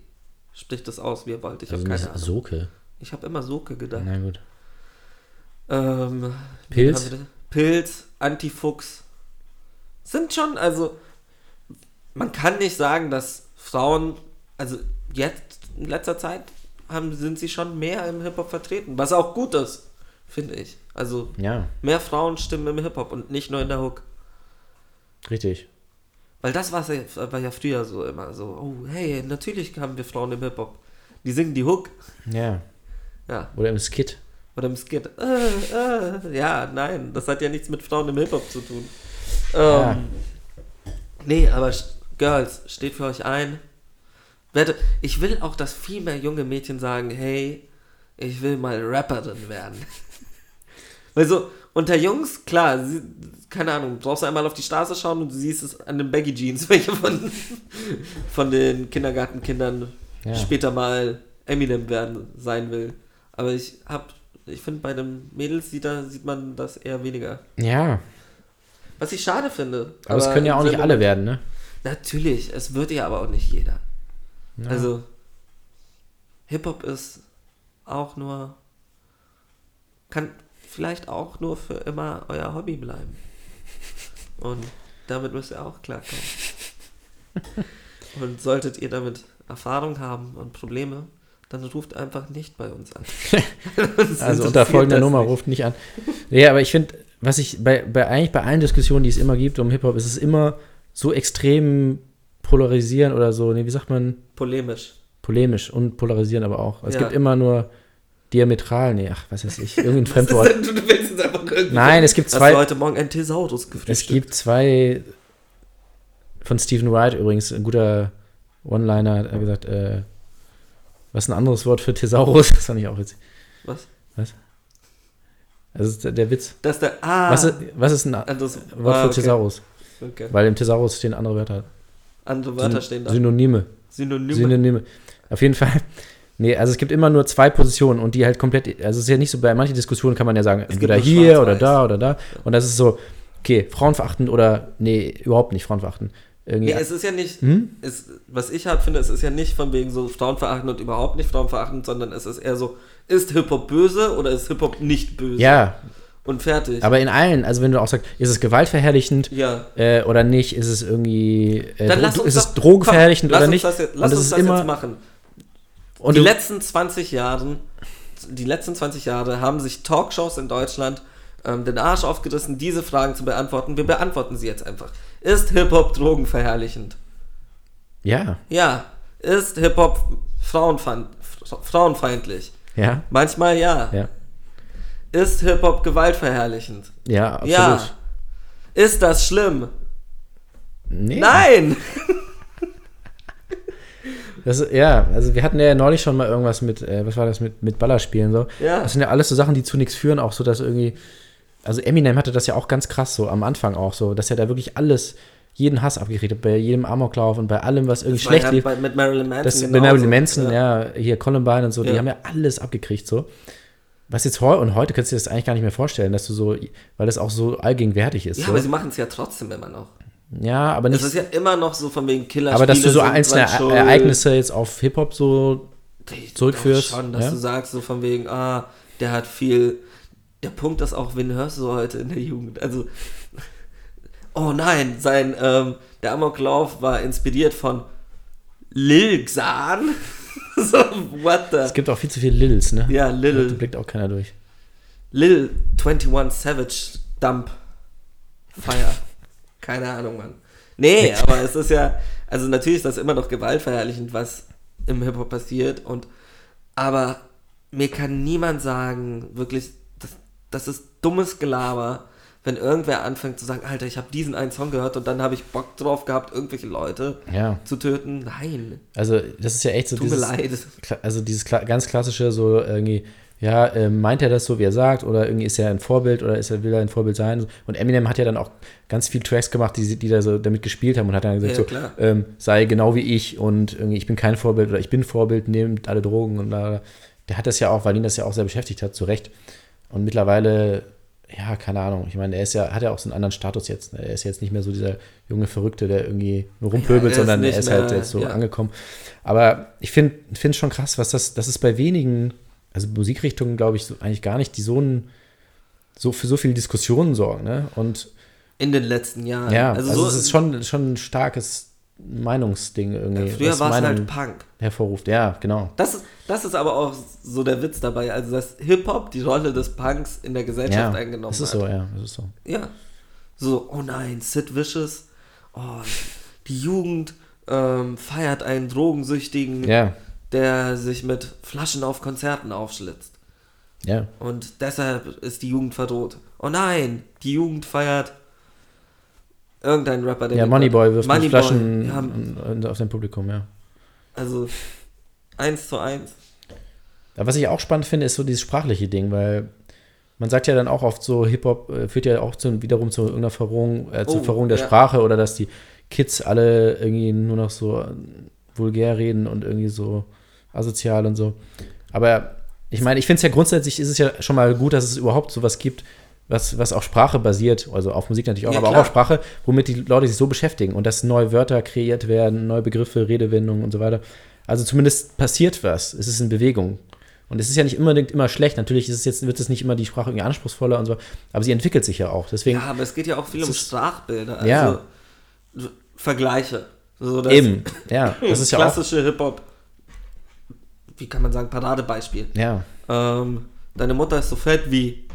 C: Sprich E das aus, wie ihr wollt. Ich
B: Also
C: habe
B: nicht
C: keine Ahnung.
B: Soke.
C: ich habe immer Soke gedacht.
B: Na gut.
C: Ähm,
B: Pilz?
C: wen haben wir da? Pilz, Antifuchs. Sind schon, also, man kann nicht sagen, dass Frauen, also jetzt in letzter Zeit haben, sind sie schon mehr im Hip-Hop vertreten, was auch gut ist, finde ich. Also,
B: Ja,
C: mehr Frauen stimmen im Hip-Hop und nicht nur in der Hook.
B: richtig.
C: Weil das war's ja, war ja früher so immer so, oh, hey, natürlich haben wir Frauen im Hip-Hop. Die singen die Hook,
B: Ja.
C: ja.
B: Oder im Skit.
C: Oder im Skit. Äh, äh, ja, nein, das hat ja nichts mit Frauen im Hip-Hop zu tun. Ähm,
B: Ja.
C: Nee, aber Sch- Girls, steht für euch ein. Werde, ich will auch, dass viel mehr junge Mädchen sagen, hey, ich will mal Rapperin werden. Weil so, unter Jungs, klar, sie, keine Ahnung, brauchst du einmal auf die Straße schauen und du siehst es an den Baggy Jeans, welche von, von den Kindergartenkindern
B: Ja.
C: später mal Eminem werden sein will. Aber ich hab, ich finde bei den Mädels sieht, da, sieht man das eher weniger.
B: Ja,
C: Was ich schade finde.
B: Aber es können ja auch
C: im
B: nicht
C: Sinne-
B: alle werden, ne?
C: Natürlich, es wird ja aber auch nicht jeder. Also Hip Hop ist auch nur kann vielleicht auch nur für immer euer Hobby bleiben. Und damit müsst ihr auch klarkommen. Und solltet ihr damit Erfahrung haben und Probleme, dann ruft einfach nicht bei uns an. Uns
B: Also unter
C: interessiert
B: folgender
C: das
B: Nummer
C: nicht.
B: ruft nicht an. Ja, aber ich finde, was ich bei, bei eigentlich bei allen Diskussionen, die es immer gibt um Hip-Hop, ist es immer so extrem polarisieren oder so, nee, wie sagt man,
C: Polemisch.
B: polemisch und polarisieren aber auch. Es
C: Ja.
B: gibt immer nur diametral, nee, ach, was weiß ich, irgendein
C: Was
B: Fremdwort.
C: ist denn? Du willst jetzt einfach irgendwie.
B: Nein, es gibt
C: Hast du
B: zwei,
C: heute Morgen einen Thesaurus
B: es
C: gefrühstückt?
B: gibt zwei von Stephen Wright übrigens, ein guter One-Liner, hat er gesagt, äh, was ist ein anderes Wort für Thesaurus? Das fand ich auch witzig.
C: Was?
B: Also der, der Witz.
C: Dass der. Ah!
B: Was, ist, Äh, was ist ein
C: anderes
B: Wort
C: ah,
B: für
C: okay,
B: Thesaurus?
C: okay.
B: Weil im Thesaurus stehen andere Wörter.
C: Andere Wörter stehen da.
B: Synonyme.
C: Synonyme.
B: Synonyme. Auf jeden Fall. Nee, also es gibt immer nur zwei Positionen und die halt komplett, also es ist ja nicht so, bei manchen Diskussionen kann man ja sagen,
C: gibt
B: entweder
C: nur
B: hier oder
C: schwarz-weiß.
B: da oder da. Und das ist so, okay, frauenverachtend oder, nee, überhaupt nicht frauenverachtend. Irgendwie,
C: Nee, es ist ja nicht,
B: Hm?
C: es, was ich halt finde, es ist ja nicht von wegen so frauenverachtend und überhaupt nicht frauenverachtend, sondern es ist eher so, ist Hip-Hop böse oder ist Hip-Hop nicht böse?
B: ja,
C: Und fertig.
B: aber in allen, also wenn du auch sagst, ist es gewaltverherrlichend
C: ja.
B: äh, oder nicht, ist es irgendwie, äh,
C: Dann
B: dro-
C: lass uns
B: ist es
C: doch-
B: drogenverherrlichend
C: komm,
B: oder
C: lass
B: nicht?
C: Uns das jetzt,
B: und
C: lass
B: das
C: uns
B: ist
C: das jetzt
B: immer,
C: machen.
B: und
C: die
B: du,
C: letzten 20 Jahren, die letzten 20 Jahre haben sich Talkshows in Deutschland ähm, den Arsch aufgerissen, diese Fragen zu beantworten. Wir beantworten sie jetzt einfach. Ist Hip-Hop drogenverherrlichend?
B: ja,
C: Ja. Ist Hip-Hop frauenfan- fra- frauenfeindlich?
B: ja,
C: Manchmal ja.
B: ja,
C: Ist Hip-Hop gewaltverherrlichend?
B: ja, absolut.
C: Ja. Ist das schlimm?
B: Nee.
C: Nein!
B: Das, ist- ja, also wir hatten ja neulich schon mal irgendwas mit, äh, was war das, mit, mit Ballerspielen so.
C: Ja.
B: Das sind ja alles so Sachen, die zu nichts führen, auch so, dass irgendwie, also Eminem hatte das ja auch ganz krass so, am Anfang auch so, dass er da wirklich alles, jeden Hass abgekriegt hat, bei jedem Amoklauf und bei allem, was irgendwie schlecht
C: Ja,
B: lief.
C: bei, mit Marilyn Manson.
B: Das bei
C: genauso.
B: Marilyn Manson, ja. hier Columbine und so, die
C: Ja.
B: haben ja alles abgekriegt so. Was jetzt heute, und heute kannst du dir das eigentlich gar nicht mehr vorstellen, dass du so, weil das auch so allgegenwärtig ist.
C: Ja,
B: so.
C: aber sie machen es ja trotzdem immer noch.
B: ja, aber
C: Es
B: nicht,
C: ist ja immer noch so von wegen Killer.
B: aber dass du so
C: sind
B: einzelne
C: dran schuld.
B: E- Ereignisse jetzt auf Hip-Hop so
C: Ich
B: zurückführst,
C: glaub Schon, dass
B: ja.
C: du sagst, so von wegen, ah, der hat viel. Der Punkt ist auch, wen hörst du heute in der Jugend? Also, oh nein, sein, ähm, der Amoklauf war inspiriert von Lil Xan. so, what the?
B: Es gibt auch viel zu viele Lils, ne?
C: ja,
B: Da
C: Lil.
B: blickt auch keiner durch.
C: Lil 21 Savage Dump Fire. Keine Ahnung, Mann. Nee, aber es ist ja, also natürlich ist das immer noch gewaltverherrlichend, was im Hip-Hop passiert und, aber mir kann niemand sagen, wirklich, das, das ist dummes Gelaber, wenn irgendwer anfängt zu sagen, Alter, ich habe diesen einen Song gehört und dann habe ich Bock drauf gehabt, irgendwelche Leute
B: Ja,
C: zu töten. Nein,
B: also das ist ja echt so
C: tut mir
B: dieses,
C: leid.
B: kla- also dieses kla ganz klassische so irgendwie, ja, ähm, meint er das so, wie er sagt, oder irgendwie ist er ein Vorbild oder ist er, will er ein Vorbild sein? Und Eminem hat ja dann auch ganz viel Tracks gemacht, die, sie- die da so damit gespielt haben und hat dann
C: Ja,
B: gesagt
C: klar.
B: so, ähm, sei genau wie ich und irgendwie ich bin kein Vorbild oder ich bin Vorbild, nehmt alle Drogen und bla, bla, bla. Der hat das ja auch, weil ihn das ja auch sehr beschäftigt hat, zu Recht. Und mittlerweile, ja, keine Ahnung. Ich meine, er ist ja, hat ja auch so einen anderen Status jetzt. ne? Er ist jetzt nicht mehr so dieser junge Verrückte, der irgendwie nur
C: Ja, er
B: rumpöbelt,
C: ist
B: sondern er
C: nicht
B: ist
C: mehr-
B: halt jetzt so
C: ja.
B: angekommen. Aber ich finde es schon krass, was das, das ist bei wenigen, also Musikrichtungen, glaube ich, so, eigentlich gar nicht, die so einen, so für so viele Diskussionen sorgen, ne? Und
C: In den letzten Jahren.
B: ja, also,
C: so-
B: es ist schon, schon ein starkes Meinungsding irgendwie.
C: früher
B: was
C: war es halt
B: Meinung
C: Punk.
B: hervorruft. Ja, genau.
C: Das ist, das ist aber auch so der Witz dabei, also dass Hip-Hop die Rolle des Punks in der
B: Ja,
C: Gesellschaft eingenommen
B: das ist
C: hat.
B: so, ja, das ist so.
C: Ja. So, oh nein, Sid Vicious, oh, die Jugend ähm, feiert einen Drogensüchtigen,
B: Ja,
C: der sich mit Flaschen auf Konzerten aufschlitzt.
B: ja.
C: Und deshalb ist die Jugend verdroht. Oh nein, die Jugend feiert irgendein Rapper, der
B: Ja,
C: mit-
B: Moneyboy wirft mit
C: Moneyboy,
B: Flaschen
C: ja,
B: und- und auf sein Publikum, ja.
C: also eins zu eins.
B: Aber was ich auch spannend finde, ist so dieses sprachliche Ding, weil man sagt ja dann auch oft so, Hip-Hop äh, führt ja auch zu, wiederum zu irgendeiner Verrohung, äh, zur
C: Oh,
B: Verrohung der
C: ja.
B: Sprache oder dass die Kids alle irgendwie nur noch so äh, vulgär reden und irgendwie so asozial und so. Aber ich meine, ich finde es ja grundsätzlich ist es ja schon mal gut, dass es überhaupt sowas gibt, was, was auf Sprache basiert, also auf Musik natürlich auch,
C: Ja,
B: aber auch
C: klar.
B: auf Sprache, womit die Leute sich so beschäftigen und dass neue Wörter kreiert werden, neue Begriffe, Redewendungen und so weiter. Also zumindest passiert was. Es ist in Bewegung. Und es ist ja nicht unbedingt immer schlecht. Natürlich ist es jetzt, wird es nicht immer die Sprache irgendwie anspruchsvoller und so. Aber sie entwickelt sich ja auch. Deswegen,
C: Ja, aber es geht ja auch viel um
B: ist-
C: Sprachbilder. Also
B: Ja.
C: Vergleiche. So, das
B: eben. Ja, das ist ja auch.
C: klassische Hip-Hop. Wie kann man sagen, Paradebeispiel.
B: Ja,
C: Ähm, deine Mutter ist so fett wie.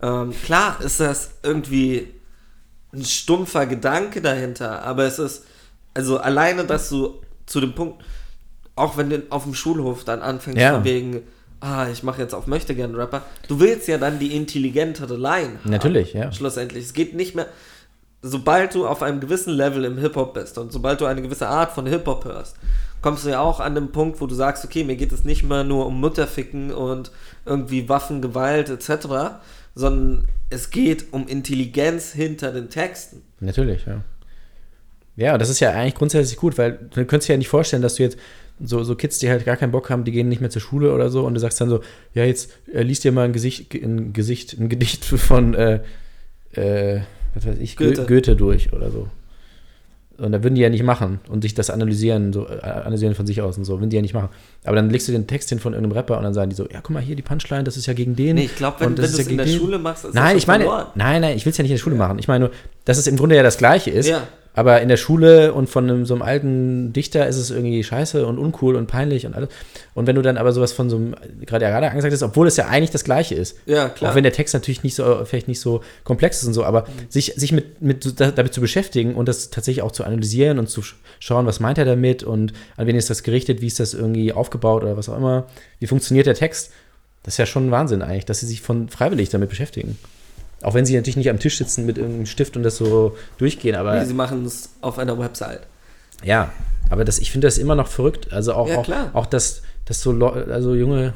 C: Ähm, klar ist das irgendwie ein stumpfer Gedanke dahinter, aber es ist, also alleine, dass du zu dem Punkt, auch wenn du auf dem Schulhof dann anfängst,
B: Ja.
C: von wegen, ah, ich mache jetzt auf möchte gern Rapper, du willst ja dann die intelligentere Line. haben.
B: Natürlich, ja.
C: Schlussendlich. Es geht nicht mehr, sobald du auf einem gewissen Level im Hip-Hop bist und sobald du eine gewisse Art von Hip-Hop hörst, kommst du ja auch an den Punkt, wo du sagst, okay, mir geht es nicht mehr nur um Mutterficken und irgendwie Waffengewalt etc., sondern es geht um Intelligenz hinter den Texten.
B: natürlich, ja. Ja, das ist ja eigentlich grundsätzlich gut, weil du könntest dir ja nicht vorstellen, dass du jetzt so, so Kids, die halt gar keinen Bock haben, die gehen nicht mehr zur Schule oder so und du sagst dann so, ja, jetzt äh, liest dir mal ein Gesicht, ein Gesicht, ein Gedicht von äh, äh, was weiß ich, Goethe.
C: Goethe.
B: Goethe durch oder so. Und da würden die ja nicht machen und sich das analysieren, so äh, analysieren von sich aus und so, würden die ja nicht machen. Aber dann legst du den Text hin von irgendeinem Rapper und dann sagen die so, ja, guck mal hier, die Punchline, das ist ja gegen den.
C: Nee, ich glaube, wenn,
B: und
C: wenn du es
B: ist ja
C: in der
B: gegen den.
C: Schule machst, ist das
B: Nein,
C: schon
B: ich meine,
C: verloren.
B: nein, nein, ich will es ja nicht in der Schule machen. Ich meine nur, dass es im Grunde ja das Gleiche ist.
C: Ja.
B: Aber in der Schule und von einem, so einem alten Dichter ist es irgendwie scheiße und uncool und peinlich und alles. Und wenn du dann aber sowas von so einem, gerade gerade angesagt ist, obwohl es ja eigentlich das Gleiche ist.
C: Ja, klar. Mhm.
B: Auch wenn der Text natürlich nicht so, vielleicht nicht so komplex ist und so, aber sich, sich mit, mit, so- da- damit zu beschäftigen und das tatsächlich auch zu analysieren und zu sch- schauen, was meint er damit und an wen ist das gerichtet, wie ist das irgendwie aufgebaut oder was auch immer, wie funktioniert der Text, das ist ja schon Wahnsinn eigentlich, dass sie sich von freiwillig damit beschäftigen. Auch wenn sie natürlich nicht am Tisch sitzen mit irgendeinem Stift und das so durchgehen, aber
C: Nee, sie machen es auf einer Website.
B: ja, aber das, ich finde das immer noch verrückt. Also auch,
C: Ja,
B: auch,
C: klar.
B: auch dass, dass so Leu- also junge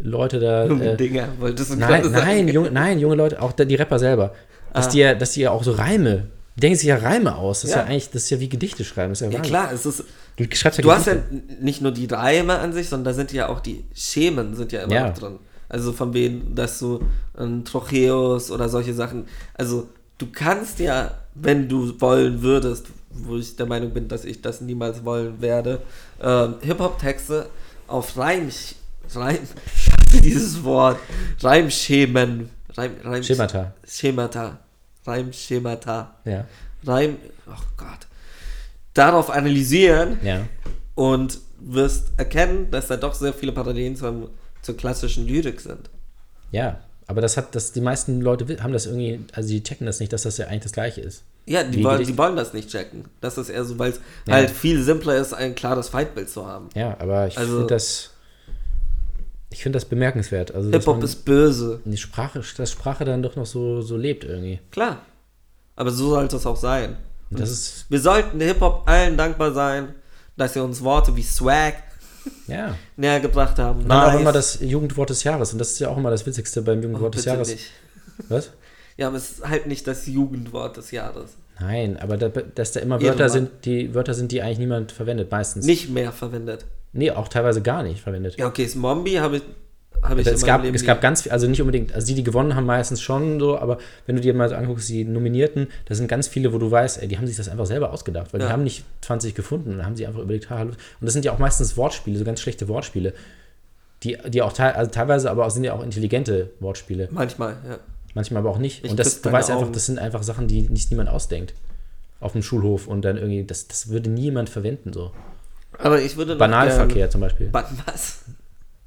B: Leute da.
C: Junge
B: äh,
C: Dinger, wolltest du gerade
B: Nein,
C: sagen?
B: nein, junge, nein, junge Leute, auch da- die Rapper selber, dass,
C: Ah.
B: die ja, dass die ja auch so Reime, die denken sich ja Reime aus. Das ist ja,
C: Ja.
B: eigentlich, das ist ja wie Gedichte schreiben. Das ist ja,
C: Ja
B: Wahnsinn.
C: klar, es ist,
B: Du schreibst ja
C: Du hast ja
B: Gedichte.
C: n- nicht nur die Reime an sich, sondern da sind ja auch die Schemen sind ja immer
B: Ja.
C: noch drin. Also von wem, dass du ein Trocheus oder solche Sachen. Also du kannst ja, wenn du wollen würdest, wo ich der Meinung bin, dass ich das niemals wollen werde, ähm, Hip-Hop-Texte auf Reim, Reim, dieses Wort, Reimschemen, Reim, Reim,
B: Schemata.
C: Schemata, Reimschemata,
B: Ja,
C: Reim, oh Gott, darauf analysieren
B: ja.
C: und wirst erkennen, dass da doch sehr viele Parallelen zum, zur klassischen Lyrik sind.
B: Ja. Aber das hat, das, die meisten Leute wi- haben das irgendwie, also die checken das nicht, dass das ja eigentlich das Gleiche ist.
C: Ja, die,
B: Wie
C: wollen,
B: Gedichte.
C: die wollen das nicht checken. Das ist eher so, weil es halt viel simpler ist, ein klares Feindbild zu haben.
B: Ja, aber ich
C: Also-
B: finde das, ich finde das bemerkenswert. Also, dass
C: Hip-Hop
B: man-
C: ist böse.
B: die Sprache, dass Sprache dann doch noch so, so lebt irgendwie.
C: Klar. Aber so sollte es auch sein.
B: Und
C: Mhm.
B: das ist,
C: Wir sollten Hip-Hop allen dankbar sein, dass sie uns Worte wie Swag
B: ja.
C: näher gebracht haben.
B: Dann auch
C: Nice.
B: immer das Jugendwort des Jahres. Und das ist ja auch immer das Witzigste beim Jugendwort des
C: Bitte
B: Jahres.
C: nicht.
B: Was?
C: Ja, aber es ist halt nicht das Jugendwort des Jahres.
B: Nein, aber da, dass da immer
C: Ehrenmann.
B: Wörter sind, die Wörter sind, die eigentlich niemand verwendet, meistens.
C: Nicht mehr verwendet.
B: Nee, auch teilweise gar nicht verwendet. Also
C: Ja, okay, Smombi habe ich, habe ich in
B: es,
C: meinem
B: gab,
C: Leben
B: es
C: nie-
B: gab ganz viel, also nicht unbedingt, also die, die gewonnen haben, meistens schon so, aber wenn du dir mal so anguckst, die Nominierten, da sind ganz viele, wo du weißt, ey, die haben sich das einfach selber ausgedacht, weil die
C: Ja.
B: haben nicht 20 gefunden, dann haben sie einfach überlegt, ha, hallo. Und das sind ja auch meistens Wortspiele, so ganz schlechte Wortspiele. Die, die auch teil, also teilweise aber auch, sind ja auch intelligente Wortspiele,
C: Manchmal, ja.
B: manchmal aber auch nicht.
C: Ich
B: und das
C: küsse
B: du
C: deine
B: weißt einfach,
C: Augen.
B: das sind einfach Sachen, die nicht niemand ausdenkt. Auf dem Schulhof und dann irgendwie, das, das würde niemand verwenden, so.
C: Aber ich würde noch gern-
B: Banalverkehr zum Beispiel.
C: Ba was?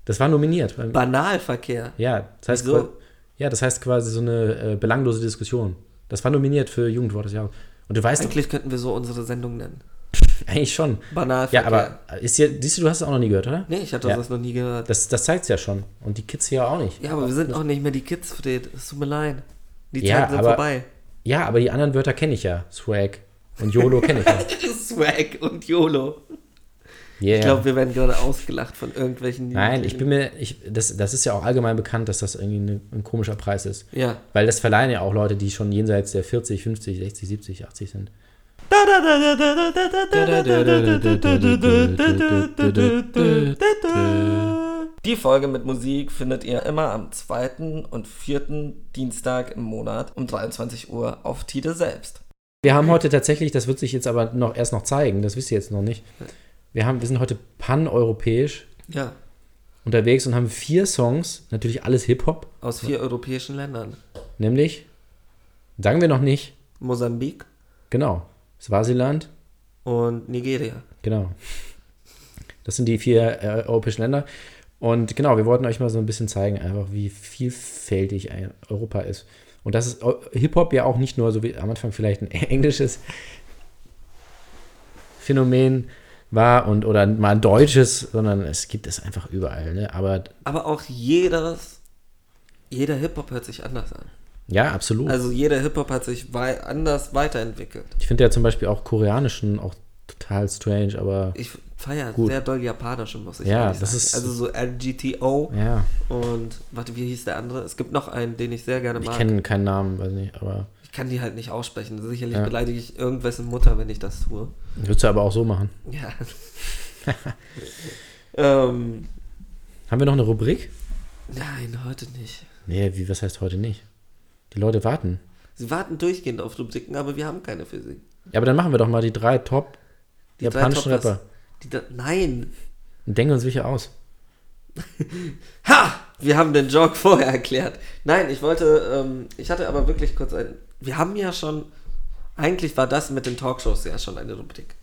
B: Das war nominiert. beim-
C: Banalverkehr.
B: Ja, das heißt,
C: Wieso?
B: qua- ja, das heißt quasi so eine äh, belanglose Diskussion. Das war nominiert für Jugendwort des Jahres. Und du weißt
C: Eigentlich könnten wir so unsere Sendung nennen.
B: doch eigentlich schon.
C: Banalverkehr.
B: Ja, aber ist hier, siehst du, du hast es auch noch nie gehört, oder?
C: Nee, ich hatte
B: Ja.
C: das noch nie gehört.
B: Das, das zeigt es ja schon. Und die Kids hier auch nicht.
C: Ja, aber wir sind auch nicht mehr die Kids, Fred. Es tut mir leid. Die
B: Ja,
C: Zeiten sind
B: aber-
C: vorbei.
B: Ja, aber die anderen Wörter kenne ich ja. Swag und YOLO kenne ich ja.
C: Swag und YOLO.
B: Yeah.
C: Ich glaube, wir werden gerade ausgelacht von irgendwelchen.
B: Nein, ich bin mir, ich, das, das ist ja auch allgemein bekannt, dass das irgendwie eine, ein komischer Preis ist.
C: Ja.
B: Weil das verleihen ja auch Leute, die schon jenseits der 40, 50, 60, 70, 80 sind.
C: Die Folge mit Musik findet ihr immer am zweiten und vierten Dienstag im Monat um 23 Uhr auf Tide selbst.
B: Wir haben heute tatsächlich, das wird sich jetzt aber noch erst noch zeigen, das wisst ihr jetzt noch nicht. Wir, haben, wir sind heute paneuropäisch
C: Ja.
B: unterwegs und haben vier Songs, natürlich alles Hip-Hop,
C: Aus vier europäischen Ländern.
B: nämlich, sagen wir noch nicht,
C: Mosambik
B: genau, Swasiland,
C: und Nigeria.
B: Genau. Das sind die vier äh, europäischen Länder. Und genau, wir wollten euch mal so ein bisschen zeigen, einfach wie vielfältig ein Europa ist. Und das ist Eu- Hip-Hop ja auch nicht nur so wie am Anfang vielleicht ein englisches Phänomen war und oder mal ein deutsches, sondern es gibt es einfach überall. Ne? Aber
C: Aber auch jedes, jeder Hip-Hop hört sich anders an.
B: ja, absolut.
C: Also jeder Hip-Hop hat sich wei anders weiterentwickelt.
B: ich finde ja zum Beispiel auch koreanischen auch total strange, aber
C: Ich feiere
B: Gut.
C: sehr doll japanische Musik.
B: Ja,
C: ehrlich
B: das
C: sagen.
B: ist-
C: Also so LGTO
B: ja,
C: und, warte, wie hieß der andere? Es gibt noch einen, den ich sehr gerne
B: ich
C: mag.
B: kenne keinen Namen, weiß nicht, aber
C: Ich kann die halt nicht aussprechen. Sicherlich beleidige ich irgendwessen Mutter, wenn ich das tue.
B: würdest du aber auch so machen.
C: Ja. ähm,
B: Haben wir noch eine Rubrik?
C: nein, heute nicht.
B: Nee, wie, was heißt heute nicht? Die Leute warten.
C: Sie warten durchgehend auf Rubriken, aber wir haben keine Physik.
B: Ja, aber dann machen wir doch mal die drei Top
C: Die drei
B: japanischen
C: Toppers.
B: Rapper.
C: Die da, nein.
B: Und denken uns welche aus.
C: Ha! Wir haben den Joke vorher erklärt. Nein, ich wollte, ähm, ich hatte aber wirklich kurz ein. Wir haben ja schon, eigentlich war das mit den Talkshows ja schon eine Rubrik.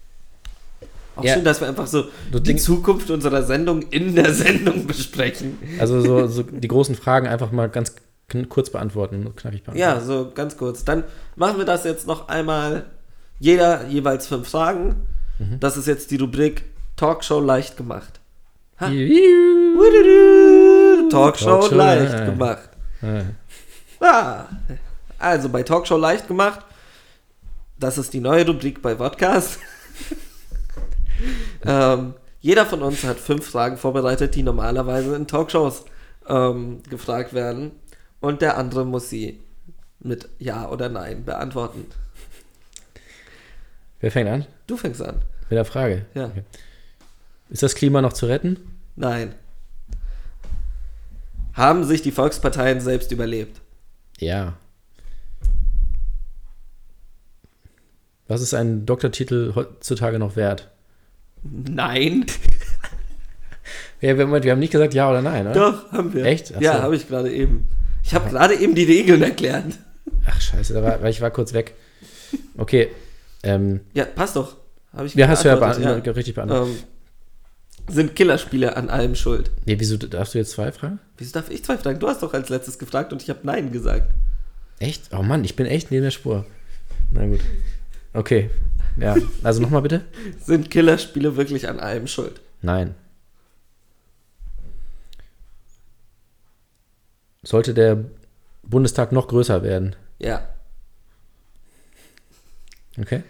C: Auch
B: Ja.
C: schön, dass wir einfach so
B: So
C: die
B: Ding-
C: Zukunft unserer Sendung in der Sendung besprechen.
B: Also so, so die großen Fragen einfach mal ganz kn- kurz beantworten und knackig
C: Ja,
B: beantworten.
C: so ganz kurz. Dann machen wir das jetzt noch einmal. Jeder jeweils fünf Fragen. Das ist jetzt die Rubrik Talkshow leicht gemacht.
B: Ja.
C: Talkshow,
B: Talkshow
C: leicht
B: leicht.
C: gemacht. Ah, also bei Talkshow leicht gemacht. Das ist die neue Rubrik bei Podcast. ähm, jeder von uns hat fünf Fragen vorbereitet, die normalerweise in Talkshows ähm, gefragt werden. Und der andere muss sie mit Ja oder Nein beantworten.
B: Wer fängt an?
C: Du fängst an.
B: Mit der Frage.
C: Ja.
B: Okay. Ist das Klima noch zu retten?
C: Nein. Haben sich die Volksparteien selbst überlebt?
B: Ja. Was ist ein Doktortitel heutzutage noch wert?
C: Nein.
B: Ja, wir, wir haben nicht gesagt ja oder nein, oder?
C: Doch, haben wir.
B: Echt? Ach
C: Ja,
B: so.
C: habe ich gerade eben. Ich habe gerade eben die Regeln erklärt.
B: Ach scheiße, da war, weil ich war kurz weg. Okay. Ähm,
C: Ja, passt doch. Hab ich
B: ja, hast du ja, beant
C: beantwortet,
B: richtig beantwortet. genau.
C: ja. Ähm, sind Killerspiele an allem schuld?
B: Nee, wieso darfst du jetzt zwei fragen?
C: Wieso darf ich zwei fragen? Du hast doch als letztes gefragt und ich habe Nein gesagt.
B: Echt? Oh Mann, ich bin echt neben der Spur. Na gut. Okay. Ja, also nochmal bitte?
C: Sind Killerspiele wirklich an allem schuld?
B: Nein. Sollte der Bundestag noch größer werden?
C: Ja.
B: Okay?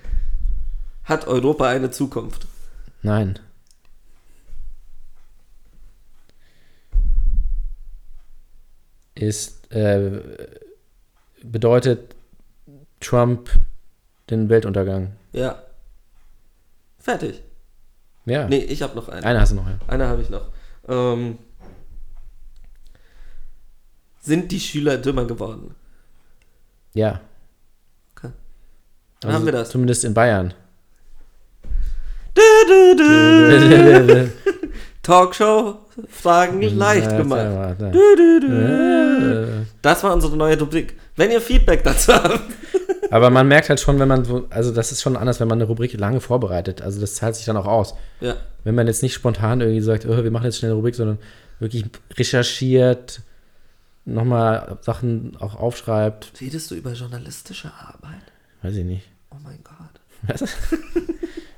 C: Hat Europa eine Zukunft?
B: Nein. Ist, äh, bedeutet Trump den Weltuntergang?
C: Ja. Fertig.
B: Ja.
C: Nee, ich habe noch einen.
B: Eine hast du noch, ja.
C: Eine habe ich noch. Ähm, sind die Schüler dümmer geworden?
B: Ja.
C: Okay.
B: Also
C: Dann haben wir das.
B: Zumindest in Bayern.
C: Du, du, du. Talkshow, Fragen leicht gemacht.
B: Du,
C: Du, du. Das war unsere neue Rubrik. Wenn ihr Feedback dazu habt.
B: Aber man merkt halt schon, wenn man so, also das ist schon anders, wenn man eine Rubrik lange vorbereitet. Also das zahlt sich dann auch aus.
C: Ja,
B: Wenn man jetzt nicht spontan irgendwie sagt, oh, wir machen jetzt schnell eine Rubrik, sondern wirklich recherchiert, nochmal Sachen auch aufschreibt,
C: redest du über journalistische Arbeit?
B: weiß ich nicht.
C: Oh mein Gott.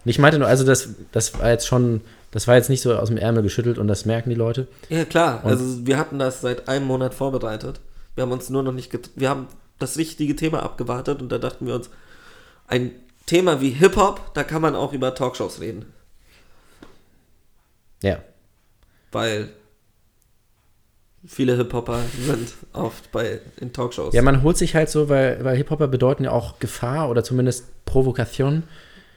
B: Ich meinte nur, also das, das war jetzt schon, das war jetzt nicht so aus dem Ärmel geschüttelt und das merken die Leute.
C: Ja, klar. also, wir hatten das seit einem Monat vorbereitet. Wir haben uns nur noch nicht. get- Wir haben das richtige Thema abgewartet und da dachten wir uns, ein Thema wie Hip-Hop, da kann man auch über Talkshows reden.
B: Ja.
C: weil viele Hip-Hopper sind oft bei, in Talkshows.
B: Ja, man holt sich halt so, weil, weil Hip-Hopper bedeuten ja auch Gefahr oder zumindest Provokation.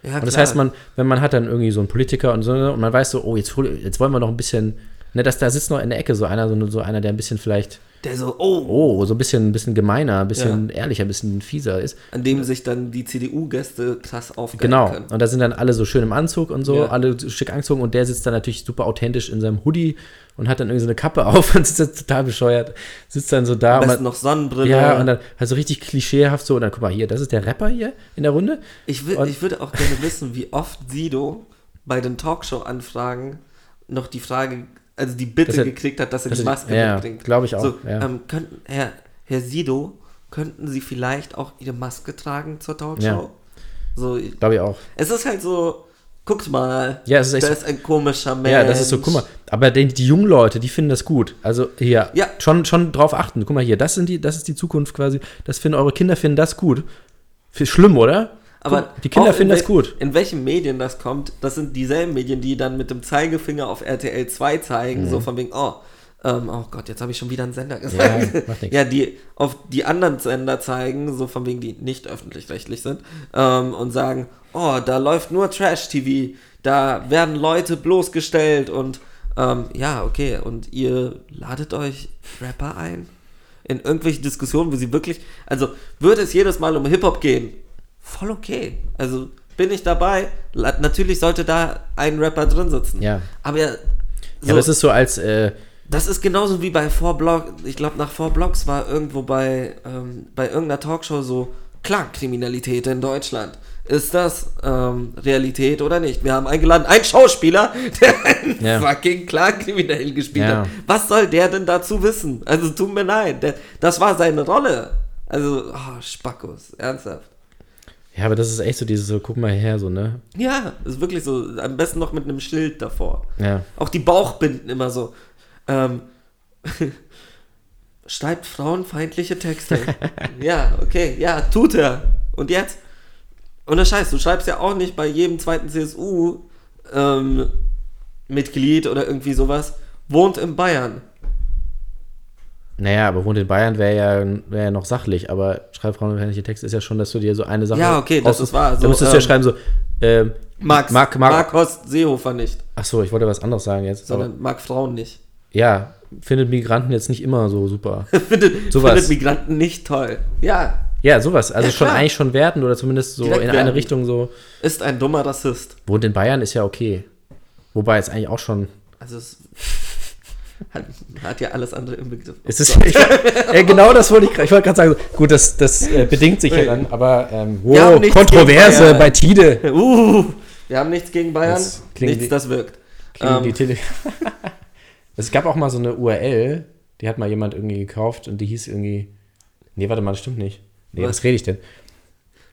C: Ja,
B: Und das
C: klar.
B: heißt, man, wenn man hat dann irgendwie so einen Politiker und so, und man weiß so, oh, jetzt, hol, jetzt wollen wir noch ein bisschen Ne, dass da sitzt noch in der Ecke so einer, so, so einer, der ein bisschen vielleicht,
C: Der so, oh,
B: oh, so ein bisschen, ein bisschen gemeiner, ein bisschen ehrlicher, ein bisschen fieser ist.
C: an dem sich dann die CDU-Gäste krass aufgehen
B: Genau.
C: können.
B: Und da sind dann alle so schön im Anzug und so,
C: Ja.
B: alle schick angezogen und der sitzt dann natürlich super authentisch in seinem Hoodie und hat dann irgendwie so eine Kappe auf und sitzt dann total bescheuert, sitzt dann so da
C: Am
B: und
C: besten
B: man,
C: noch Sonnenbrille.
B: ja, und dann also richtig klischeehaft so und dann guck mal hier, das ist der Rapper hier in der Runde.
C: ich, will,
B: und-
C: ich würde auch gerne wissen, wie oft Sido bei den Talkshow-Anfragen noch die Frage, also die Bitte
B: Dass er-
C: gekriegt hat, dass er
B: dass
C: die
B: er-
C: Maske
B: ja,
C: mitbringt.
B: glaub ich auch,
C: So,
B: ja.
C: ähm, könnten, Herr, Herr Sido, könnten Sie vielleicht auch Ihre Maske tragen zur Talkshow?
B: Ja.
C: So,
B: Glaube ich auch.
C: es ist halt so, guckt mal,
B: Ja, es ist echt
C: da
B: so-
C: ist ein komischer Mensch.
B: Ja, das ist so, guck mal. Aber die, die jungen Leute, die finden das gut. Also hier,
C: Ja.
B: schon, schon drauf achten. Guck mal hier, das sind die, das ist die Zukunft quasi. Das finden eure Kinder finden das gut. F- Schlimm, oder?
C: Aber
B: Guck, die Kinder
C: auch in
B: finden das
C: wel-
B: gut.
C: In welchen Medien das kommt, das sind dieselben Medien, die dann mit dem Zeigefinger auf RTL 2 zeigen, so von wegen, oh, ähm, oh Gott, jetzt habe ich schon wieder einen Sender gesagt.
B: Mhm. Ja, macht nix.
C: Ja, die auf die anderen Sender zeigen, so von wegen, die nicht öffentlich-rechtlich sind, ähm, und sagen, oh, da läuft nur Trash-TV, da werden Leute bloßgestellt und ähm, ja, okay, und ihr ladet euch Rapper ein? In irgendwelche Diskussionen, wo sie wirklich, also würde es jedes Mal um Hip-Hop gehen, voll okay. Also bin ich dabei. La- Natürlich sollte da ein Rapper drin sitzen.
B: Ja.
C: Aber, ja, so,
B: Ja, aber es ist so als, äh,
C: das ist genauso wie bei 4Block. Ich glaube, nach 4Blocks war irgendwo bei, ähm, bei irgendeiner Talkshow so, klar, Kriminalität in Deutschland. Ist das ähm, Realität oder nicht? Wir haben eingeladen, einen Schauspieler, der einen
B: Ja.
C: fucking Clan-Kriminellen gespielt
B: Ja.
C: hat. Was soll der denn dazu wissen? Also tut mir leid, der, das war seine Rolle. Also, oh, Spackos, ernsthaft.
B: ja, aber das ist echt so dieses, so, guck mal her, so, ne?
C: Ja, ist wirklich so. Am besten noch mit einem Schild davor.
B: Ja.
C: Auch die Bauchbinden immer so. Ähm, schreibt frauenfeindliche Texte. ja, okay, ja, tut er. Und jetzt? Ohne Scheiß, du schreibst ja auch nicht bei jedem zweiten CSU-Mitglied ähm, oder irgendwie sowas, wohnt in Bayern.
B: Naja, aber wohnt in Bayern wäre ja, wär ja noch sachlich, aber schreibfrauenfeindliche Text ist ja schon, dass du dir so eine Sache.
C: Ja, okay, das
B: raus-
C: ist wahr. So,
B: da müsstest du ja
C: ähm,
B: schreiben, so, ähm,
C: Max,
B: Mark, Mark,
C: Mark Horst Seehofer nicht,
B: Ach so, ich wollte was anderes sagen jetzt. Aber,
C: sondern mag Frauen nicht.
B: ja, findet Migranten jetzt nicht immer so super.
C: findet,
B: Sowas.
C: findet Migranten nicht toll. Ja,
B: Ja, sowas. Also
C: Ja,
B: schon
C: klar.
B: eigentlich schon werten oder zumindest so
C: Direkt
B: in
C: werten.
B: eine Richtung so.
C: ist ein dummer Rassist.
B: Wohnt in Bayern ist ja okay. Wobei jetzt eigentlich auch schon.
C: Also es hat, hat ja alles andere im Begriff.
B: Es ist, ich, äh, genau das wollte ich gerade. Ich wollte gerade sagen, so, gut, das, das äh, bedingt sich ja dann, aber ähm,
C: haben
B: wow,
C: nichts gegen
B: Kontroverse
C: Bayern.
B: bei Tide.
C: Uh, wir haben nichts gegen Bayern,
B: Das klingt
C: nichts,
B: wie-
C: das wirkt.
B: Klingen die
C: Ähm,
B: Tele es gab auch mal so eine URL, die hat mal jemand irgendwie gekauft und die hieß irgendwie. Nee, warte mal, das stimmt nicht. Nee, was,
C: Was?
B: rede ich denn?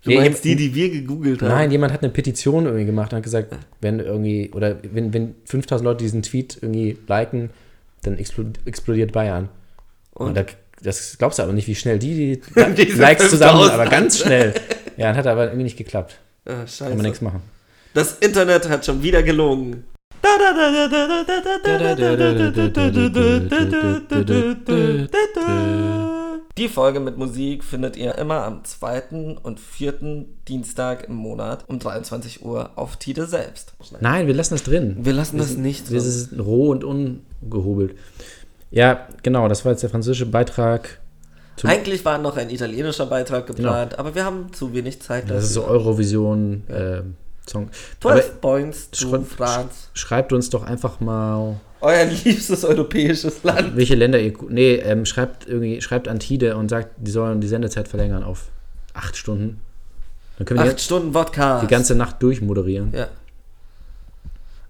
C: du
B: Ja,
C: meinst die,
B: jem-
C: die wir gegoogelt haben?
B: Nein, jemand hat eine Petition irgendwie gemacht und hat gesagt, wenn irgendwie, oder wenn, wenn 5000 Leute diesen Tweet irgendwie liken, dann explo- explodiert Bayern. Und,
C: Und?
B: da, das glaubst du aber nicht, wie schnell die, die
C: Diese
B: Likes zusammen sind,
C: 5000.
B: aber ganz schnell. Ja, dann hat aber irgendwie nicht geklappt.
C: Ah,
B: Kann man nichts
C: scheiße.
B: machen.
C: Das Internet hat schon wieder gelogen. Die Folge mit Musik findet ihr immer am zweiten und vierten Dienstag im Monat um 23 Uhr auf Tide selbst.
B: Nein, wir lassen das drin.
C: Wir lassen das nicht
B: Das ist roh und ungehobelt. Ja, genau, das war jetzt der französische Beitrag.
C: Eigentlich war noch ein italienischer Beitrag geplant, aber wir haben zu wenig Zeit.
B: Das ist so äh, Eurovision-Song.
C: 12 Points zu
B: Schrott-
C: France.
B: schreibt uns doch einfach mal,
C: Euer liebstes europäisches Land.
B: welche Länder ihr. gu- Nee, ähm, schreibt irgendwie, schreibt Antide und sagt, die sollen die Sendezeit verlängern auf acht Stunden. Dann können wir
C: Acht
B: jetzt
C: Stunden Wodka.
B: die ganze Nacht durchmoderieren.
C: Ja.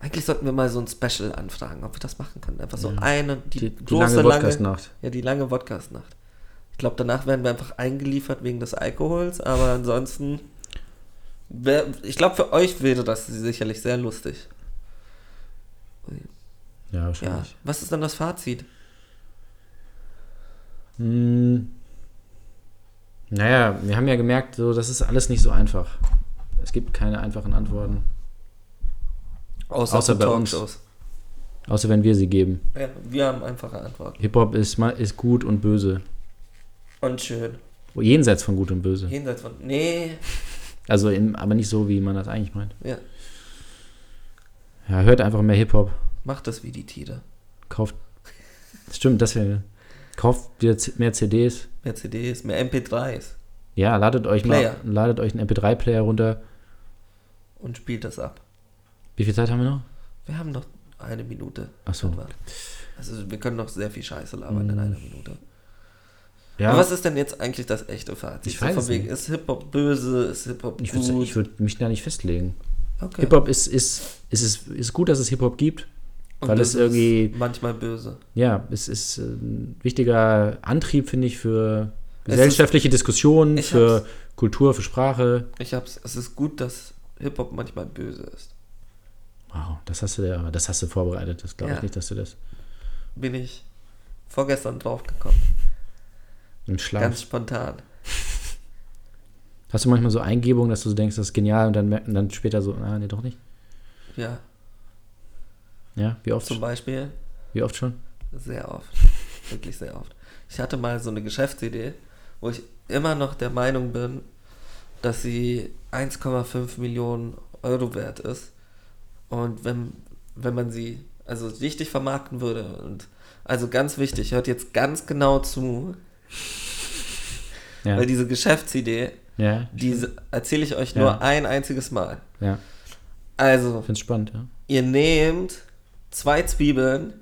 C: Eigentlich sollten wir mal so ein Special anfragen, ob wir das machen können. Einfach so eine, die,
B: Die, die
C: große
B: lange
C: lange,
B: Podcast-Nacht.
C: Ja, die lange Wodcast-Nacht. Ich glaube, danach werden wir einfach eingeliefert wegen des Alkohols, aber ansonsten. Wär, ich glaube, für euch wäre das sicherlich sehr lustig.
B: Ja,
C: Ja.
B: wahrscheinlich.
C: Was ist dann das Fazit?
B: Hm. Naja, wir haben ja gemerkt, so, das ist alles nicht so einfach. Es gibt keine einfachen Antworten.
C: Außer,
B: Außer bei
C: für
B: uns.
C: Talkshows.
B: Außer wenn wir sie geben.
C: Ja, wir haben einfache Antworten.
B: Hip-Hop ist, ma- ist gut und böse.
C: Und schön.
B: Jenseits von gut und böse.
C: Jenseits von. Nee.
B: Also, im, aber nicht so, wie man das eigentlich meint.
C: Ja.
B: Ja, hört einfach mehr Hip-Hop.
C: Macht das wie die Tide.
B: Kauft. Stimmt, das wäre. Kauft wieder C- mehr CDs.
C: Mehr CDs, mehr MP3s
B: Ja, ladet euch
C: Player.
B: mal, ladet euch einen MP3-Player runter.
C: und spielt das ab.
B: Wie viel Zeit haben wir noch?
C: Wir haben noch eine Minute.
B: Ach so.
C: etwa. Also wir können noch sehr viel Scheiße labern in einer Minute.
B: Mm. Ja,
C: Aber was ist denn jetzt eigentlich das echte Fazit?
B: Ich weiß
C: von
B: es
C: wegen,
B: nicht.
C: ist Hip-Hop böse, ist Hip-Hop gut?
B: ich würde würd mich da nicht festlegen.
C: okay.
B: Hip-Hop ist, ist, ist, ist, ist gut, dass es Hip-Hop gibt,
C: Und
B: weil
C: das
B: es irgendwie
C: Ist manchmal böse.
B: ja, es ist äh, ein wichtiger Antrieb, finde ich, für
C: Es
B: gesellschaftliche Diskussionen,
C: Ich
B: für
C: hab's-
B: Kultur, für Sprache.
C: Ich hab's, es ist gut, dass Hip-Hop manchmal böse ist.
B: Wow, das hast du ja, aber das hast du vorbereitet. Das glaube ich
C: Ja.
B: nicht, dass du das
C: Bin ich vorgestern draufgekommen.
B: im Schlaf.
C: Ganz spontan.
B: hast du manchmal so Eingebungen, dass du so denkst, das ist genial und dann, mer- und dann später so, ah, nee, doch nicht.
C: Ja,
B: Ja, wie oft?
C: zum Beispiel,
B: Wie oft schon?
C: sehr oft. Wirklich sehr oft. Ich hatte mal so eine Geschäftsidee, wo ich immer noch der Meinung bin, dass sie 1,5 Millionen Euro wert ist. Und wenn, wenn man sie also richtig vermarkten würde, und also ganz wichtig, hört jetzt ganz genau zu,
B: Ja,
C: weil diese Geschäftsidee,
B: ja,
C: die erzähle ich euch
B: Ja.
C: nur ein einziges Mal.
B: ja.
C: Also,
B: Find's spannend, ja.
C: ihr nehmt zwei Zwiebeln,